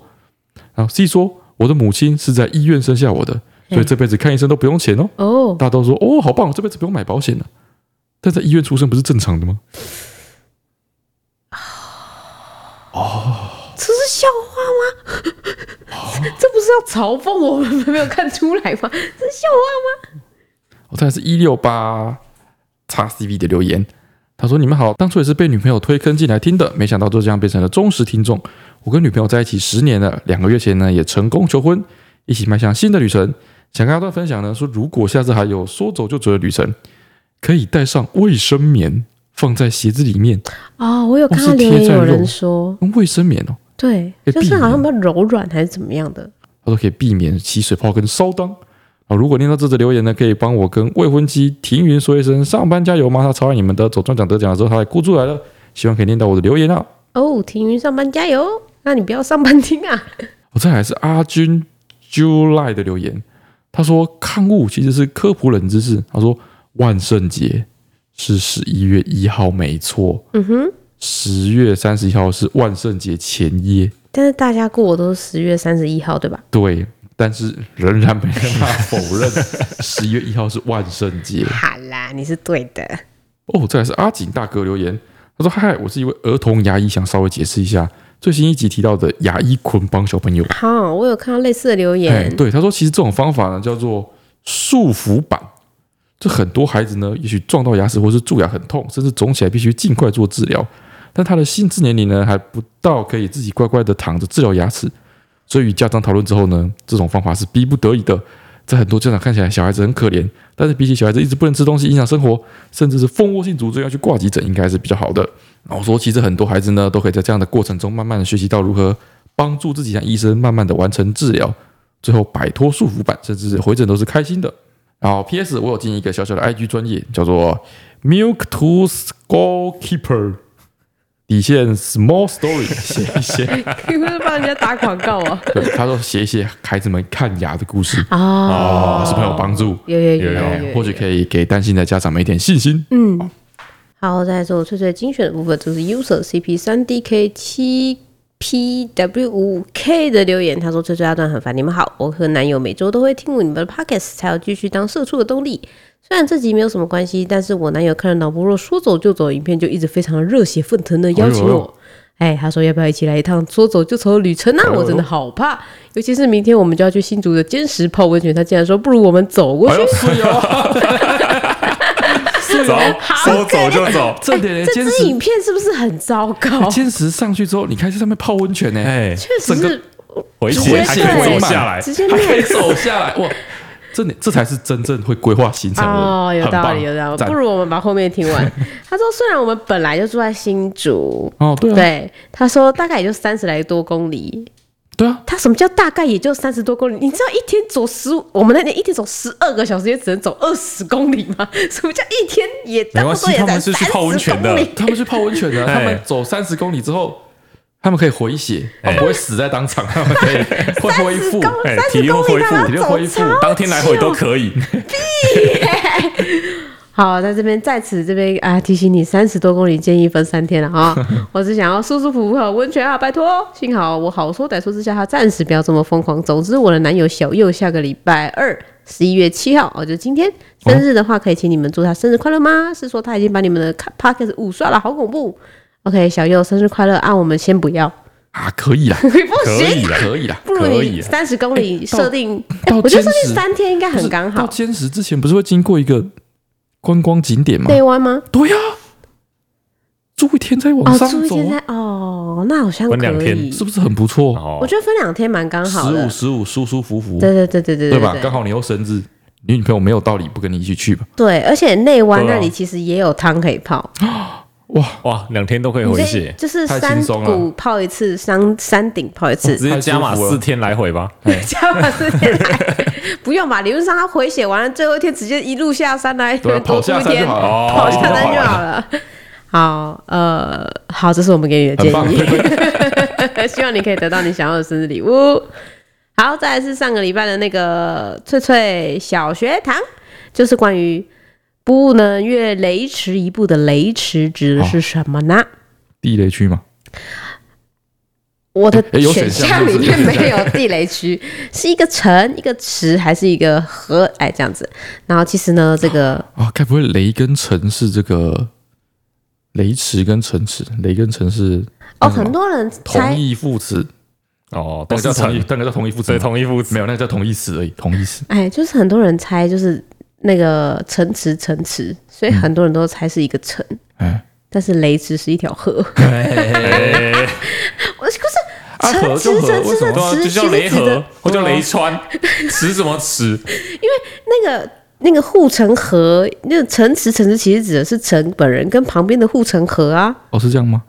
Speaker 2: 然后 C 说：“我的母亲是在医院生下我的，所以这辈子看医生都不用钱哦。
Speaker 1: 哦”，
Speaker 2: 大家都说：“哦，好棒，我这辈子不用买保险了。”但在医院出生不是正常的吗？
Speaker 1: 这是笑话吗？这不是要嘲讽我们没有看出来吗？这是笑话吗？
Speaker 2: 我看哦是一六八叉 CV 的留言，他说：“你们好，当初也是被女朋友推坑进来听的，没想到就这样变成了忠实听众。我跟女朋友在一起十年了，两个月前呢也成功求婚，一起迈向新的旅程。想跟大家分享呢，说如果下次还有说走就走的旅程，可以带上卫生棉放在鞋子里面，
Speaker 1: 哦，我有看到
Speaker 2: 哦是
Speaker 1: 留言
Speaker 2: 贴在
Speaker 1: 有
Speaker 2: 肉
Speaker 1: 人说，
Speaker 2: 用卫生棉哦。”
Speaker 1: 对，
Speaker 2: 可以
Speaker 1: 就是
Speaker 2: 避
Speaker 1: 好像
Speaker 2: 免
Speaker 1: 比较柔软还是怎么样的。
Speaker 2: 他说可以避免起水泡跟烧裆。啊，如果念到这则留言呢，可以帮我跟未婚妻停云说一声上班加油吗？他超爱你们的，走中奖得奖的时候他还哭出来了，希望可以念到我的留言啊。
Speaker 1: 哦，停云上班加油！那你不要上班听啊。
Speaker 2: 我、这还是阿军 July 的留言，他说抗物其实是科普冷知识。他说万圣节是十一月一号，没错，
Speaker 1: 嗯哼，
Speaker 2: 十月三十一号是万圣节前夜，
Speaker 1: 但是大家过的都是十月三十一号，对吧？
Speaker 2: 对，但是仍然没办法否认十一月一号是万圣节。
Speaker 1: 好啦，你是对的。
Speaker 2: 哦，再来是阿景大哥留言，他说：“嗨，我是一位儿童牙医，想稍微解释一下最新一集提到的牙医捆绑小朋友。
Speaker 1: 好，我有看到类似的留
Speaker 2: 哎，
Speaker 1: 言。
Speaker 2: 对，他说其实这种方法呢叫做束缚板。这很多孩子呢，也许撞到牙齿或是蛀牙很痛，甚至肿起来，必须尽快做治疗。但他的心智年龄呢还不到可以自己乖乖的躺着治疗牙齿，所以与家长讨论之后呢，这种方法是逼不得已的。在很多家长看起来，小孩子很可怜，但是比起小孩子一直不能吃东西影响生活，甚至是蜂窝性卒中要去挂急诊，应该是比较好的。然后说，其实很多孩子呢，都可以在这样的过程中，慢慢的学习到如何帮助自己和医生慢慢的完成治疗，最后摆脱束缚感，甚至回诊都是开心的。然后 P.S. 我有进一个小小的 I.G 专业，叫做 Milk to Goalkeeper，底线 Small Story 写一写，
Speaker 1: 你 不是帮人家打广告啊？
Speaker 2: 对，他说写一写孩子们看牙的故事，
Speaker 1: 哦，
Speaker 2: 啊，是不是有帮助？啊
Speaker 1: 有有有有
Speaker 3: 有有
Speaker 1: 有，
Speaker 2: 或许可以给担心的家长们一点信心。
Speaker 1: 嗯。好，再来是我翠翠精选的部分，就是 user CP 三 DK 七 PW 五 K 的留言，他说：“翠翠阿段很烦，你们好，我和男友每周都会听我你们的 podcast，才有继续当社畜的动力。虽然这集没有什么关系，但是我男友看了脑波弱说走就走的影片，就一直非常热血沸腾的邀请
Speaker 2: 哎呦
Speaker 1: 我
Speaker 2: 哎呦。”
Speaker 1: 哎，他说要不要一起来一趟说走就走的旅程啊？
Speaker 2: 哎呦
Speaker 1: 我真的好怕，尤其是明天我们就要去新竹的坚石泡温泉，他竟然说不如我们走过
Speaker 2: 哎
Speaker 1: 去
Speaker 2: 呦， 是哦，
Speaker 3: 走，说走就走，
Speaker 2: 这点
Speaker 1: 哎这
Speaker 2: 坚
Speaker 1: 支
Speaker 2: 持
Speaker 1: 影片是不是很糟糕？
Speaker 2: 坚持上去之后，你开始上面泡温泉呢，
Speaker 3: 哎，
Speaker 1: 确实
Speaker 2: 整
Speaker 1: 是
Speaker 2: 个
Speaker 3: 回
Speaker 1: 直接
Speaker 3: 血还可以
Speaker 1: 对
Speaker 3: 走下来，
Speaker 1: 直接
Speaker 2: 还可以
Speaker 1: 虐
Speaker 2: 走下来，哇！这点这才是真正会规划行程的人
Speaker 1: 哦，有
Speaker 2: 很棒
Speaker 1: 道理，有道理。
Speaker 2: 赞
Speaker 1: 不如我们把后面听 完。他说，虽然我们本来就住在新竹，
Speaker 2: 哦，
Speaker 3: 嗯
Speaker 2: 对啊，
Speaker 1: 对，他说大概也就三十来多公里。
Speaker 2: 对啊，
Speaker 1: 他什么叫大概也就三十多公里？你知道一天走十五，我们那天一天走十二个小时，也只能走二十公里吗？ 什么叫一天也
Speaker 3: 没
Speaker 1: 差
Speaker 3: 关
Speaker 1: 不
Speaker 3: 系
Speaker 1: 多也
Speaker 3: 他
Speaker 1: 才三
Speaker 3: 们是
Speaker 1: 十
Speaker 3: 去泡温泉的
Speaker 1: 公里？
Speaker 2: 他们去泡温泉的，
Speaker 3: 哎
Speaker 2: 他们走三十公里之后，他们可以回血，他们不会死在当场，他们可 以会恢复
Speaker 1: 30。公
Speaker 3: 哎
Speaker 1: 哎三十
Speaker 3: 体力
Speaker 1: 公里
Speaker 3: 恢
Speaker 1: 干
Speaker 3: 复
Speaker 1: 嘛
Speaker 2: 体力
Speaker 1: 走
Speaker 2: 恢复
Speaker 1: 超
Speaker 3: 当天来回都可以，
Speaker 1: 好好，在这边在此这边啊提醒你，三十多公里建议分三天了啊！ 我只想要舒舒服服的温泉啊，拜托！幸好我好说歹说之下，他暂时不要这么疯狂。总之，我的男友小右下个礼拜二，十一月七号，哦，就今天生日的话，可以请你们祝他生日快乐吗？是说他已经把你们的 p o c k e t 五刷了，好恐怖！OK，小右生日快乐啊！我们先不 要，
Speaker 2: 啊，可以啦，
Speaker 1: 不行，
Speaker 3: 以啦，
Speaker 2: 可以啊啦。
Speaker 1: 不如
Speaker 3: 可
Speaker 1: 你
Speaker 3: 以
Speaker 1: 三十公里
Speaker 2: 到
Speaker 1: 设定，
Speaker 2: 到
Speaker 1: 我觉得设
Speaker 2: 坚
Speaker 1: 定
Speaker 2: 持
Speaker 1: 三天应该
Speaker 2: 不
Speaker 1: 很
Speaker 2: 是
Speaker 1: 刚
Speaker 2: 到
Speaker 1: 好。
Speaker 2: 坚持之前不是会经过一个观光景点吗？
Speaker 1: 内湾吗？
Speaker 2: 对呀、住一天再往
Speaker 1: 哦，
Speaker 2: 上
Speaker 1: 住一
Speaker 2: 走
Speaker 1: 天
Speaker 2: 啊，
Speaker 1: 在哦，那好像
Speaker 3: 分
Speaker 1: 可
Speaker 3: 两天
Speaker 1: 以，
Speaker 2: 是不是很不错？
Speaker 3: 哦
Speaker 1: 我，觉得分两天蛮刚
Speaker 2: 十
Speaker 1: 好的
Speaker 2: 五。十五，舒舒服服，
Speaker 1: 对对对对对
Speaker 2: 对吧？刚
Speaker 1: 对
Speaker 2: 好你又生日，你女朋友没有道理不跟你一起去吧？
Speaker 1: 对，而且内湾那
Speaker 3: 对
Speaker 1: 里
Speaker 3: 啊
Speaker 1: 其实也有汤可以泡，
Speaker 2: 哎哇，
Speaker 3: 哇，两天都可以
Speaker 1: 你
Speaker 3: 回
Speaker 1: 可以
Speaker 3: 血，
Speaker 1: 就是
Speaker 2: 太
Speaker 1: 山
Speaker 2: 轻松了哦
Speaker 1: 谷泡一次，山山顶泡一次
Speaker 3: 直，接加码四天来回吧。
Speaker 1: 加满四天来，不用吧？理论上他回血完了最后一天，直接一路下山来，
Speaker 2: 对
Speaker 1: 多
Speaker 2: 啊跑
Speaker 1: 住
Speaker 2: 下
Speaker 1: 一
Speaker 2: 山就
Speaker 1: 天，
Speaker 2: 好
Speaker 3: 哦
Speaker 2: 了，
Speaker 1: 跑
Speaker 2: 一
Speaker 1: 下
Speaker 2: 天
Speaker 1: 山就
Speaker 2: 了
Speaker 1: 好 了。好，呃，好，这是我们给你的建
Speaker 2: 很棒
Speaker 1: 议。呃希望你可以得到你想要的生日礼物。好，再来是上个礼拜的那个翠翠小学堂，就是关于不能越雷池一步的雷池指的是什么呢？
Speaker 2: 哦地雷区嘛，
Speaker 1: 我的
Speaker 2: 诶有
Speaker 1: 选项
Speaker 2: 选项
Speaker 1: 里
Speaker 2: 是不是
Speaker 1: 面没有地雷区， 是一个城、一个池还是一个河？哎，这样子。然后其实呢，这个
Speaker 2: 啊，该不会雷跟城是这个雷池跟城池，雷跟城是
Speaker 1: 哦，
Speaker 2: 那个
Speaker 1: 很多人
Speaker 2: 嗯同
Speaker 1: 猜
Speaker 2: 义副词，
Speaker 3: 哦，
Speaker 2: 那个
Speaker 3: 都是
Speaker 2: 叫同义
Speaker 3: 成，，
Speaker 2: 那个叫同义副词
Speaker 3: 所以
Speaker 2: 吗，
Speaker 3: 同一副词
Speaker 2: 没有，那个叫同义词而已，同义词。
Speaker 1: 哎，就是很多人猜就是那个城池城池，所
Speaker 2: 嗯
Speaker 1: 以很多人都猜是一个城，
Speaker 2: 哎，
Speaker 1: 但是雷池是一条河。
Speaker 3: 哎
Speaker 1: 我可是
Speaker 2: 啊，
Speaker 1: 城
Speaker 2: 河
Speaker 1: 池
Speaker 2: 就河，
Speaker 1: 城
Speaker 2: 为
Speaker 1: 池
Speaker 2: 什
Speaker 1: 的
Speaker 2: 么
Speaker 3: 对啊，
Speaker 1: 池
Speaker 3: 就
Speaker 1: 其
Speaker 3: 叫
Speaker 1: 实
Speaker 3: 雷
Speaker 1: 啊指的
Speaker 3: 河，或叫雷川， 池什么池？
Speaker 1: 那个那个护城河，那个城池城池其实指的是城本人跟旁边的护城河啊。
Speaker 2: 哦，是这样吗？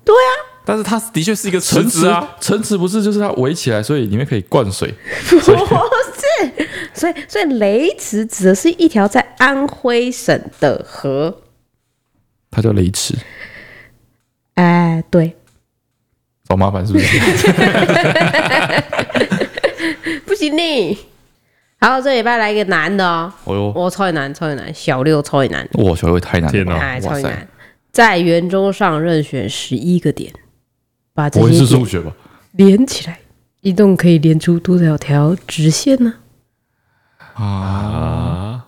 Speaker 3: 但是它的确是一个池
Speaker 2: 城
Speaker 3: 子
Speaker 2: 池
Speaker 3: 啊，，
Speaker 2: 城池不是就是它围起来，所以里面可以灌水。
Speaker 1: 不是，所以所以雷池指的是一条在安徽省的河。
Speaker 2: 它叫雷池，
Speaker 1: 哎，对，
Speaker 2: 找麻烦是不 是？
Speaker 1: 不行你。好，这礼拜来一个难的哦，
Speaker 2: 哦哟，
Speaker 1: 我、超级难，超级难，小六超级难，
Speaker 2: 哇，小六太难了
Speaker 3: 天哪
Speaker 2: 吧，
Speaker 1: 哎，超
Speaker 2: 哇
Speaker 1: 级
Speaker 2: 塞，
Speaker 1: 难，在圆周上任选十一个点，把这
Speaker 2: 不会
Speaker 1: 些
Speaker 2: 是
Speaker 1: 点
Speaker 2: 数学吧？
Speaker 1: 连起来，一共可以连出多少条直线呢？
Speaker 2: 啊，
Speaker 3: 啊，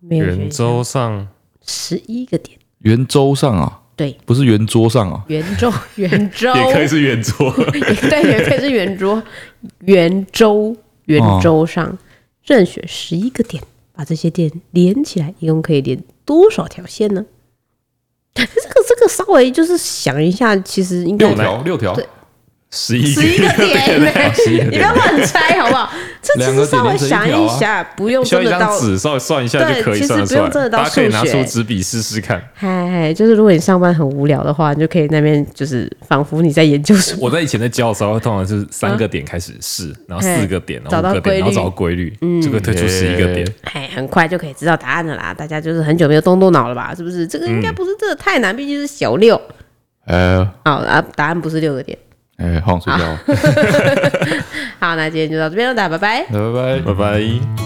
Speaker 1: 没有
Speaker 3: 圆周上
Speaker 1: 十一个点，
Speaker 2: 圆周上啊，
Speaker 1: 对，
Speaker 2: 不是圆桌上啊，
Speaker 1: 圆 周，圆周，
Speaker 3: 也可以是圆桌，
Speaker 1: 也对，也可以是圆桌，圆周，圆周上任选十一个点，把这些点连起来，一共可以连多少条线呢？ 这个这个稍微就是想一下，其实应该
Speaker 2: 六条，六条，
Speaker 1: 对
Speaker 3: 十一哦
Speaker 1: 十一个点 呢、
Speaker 2: 11个
Speaker 1: 你不要乱猜好不 好？这其实稍微想一
Speaker 2: 两个点连成一
Speaker 1: 下，不用
Speaker 3: 啊需要
Speaker 1: 真
Speaker 3: 一
Speaker 1: 的
Speaker 3: 张
Speaker 1: 到
Speaker 3: 纸稍微算一下
Speaker 1: 对
Speaker 3: 就可以算得
Speaker 1: 其实不
Speaker 3: 出来
Speaker 1: 用真的，到
Speaker 3: 大家可以拿
Speaker 1: 数学
Speaker 3: 出纸笔试试看。
Speaker 1: 嗨，就是如果你上班很无聊的话，你就可以那边就是仿佛你在研究什么。
Speaker 3: 我在以前在教的时候，通常是三个点开始试，然后四个点，然
Speaker 1: 嗯找
Speaker 3: 后
Speaker 1: 到
Speaker 3: 五个点，
Speaker 1: 规律
Speaker 3: 然后找到规律，就会推出十一个点。
Speaker 1: 哎，很快就可以知道答案了啦！大家就是很久没有动动脑了吧？是不是？
Speaker 3: 嗯
Speaker 1: 这个应该不是这个太难，毕竟是小六。
Speaker 2: 哎
Speaker 1: 好啊，答案不是六个点。啊
Speaker 2: 哎，好想睡觉哦，
Speaker 1: 好，那今天就到这边了，大家拜拜。
Speaker 2: 拜拜
Speaker 3: 拜拜。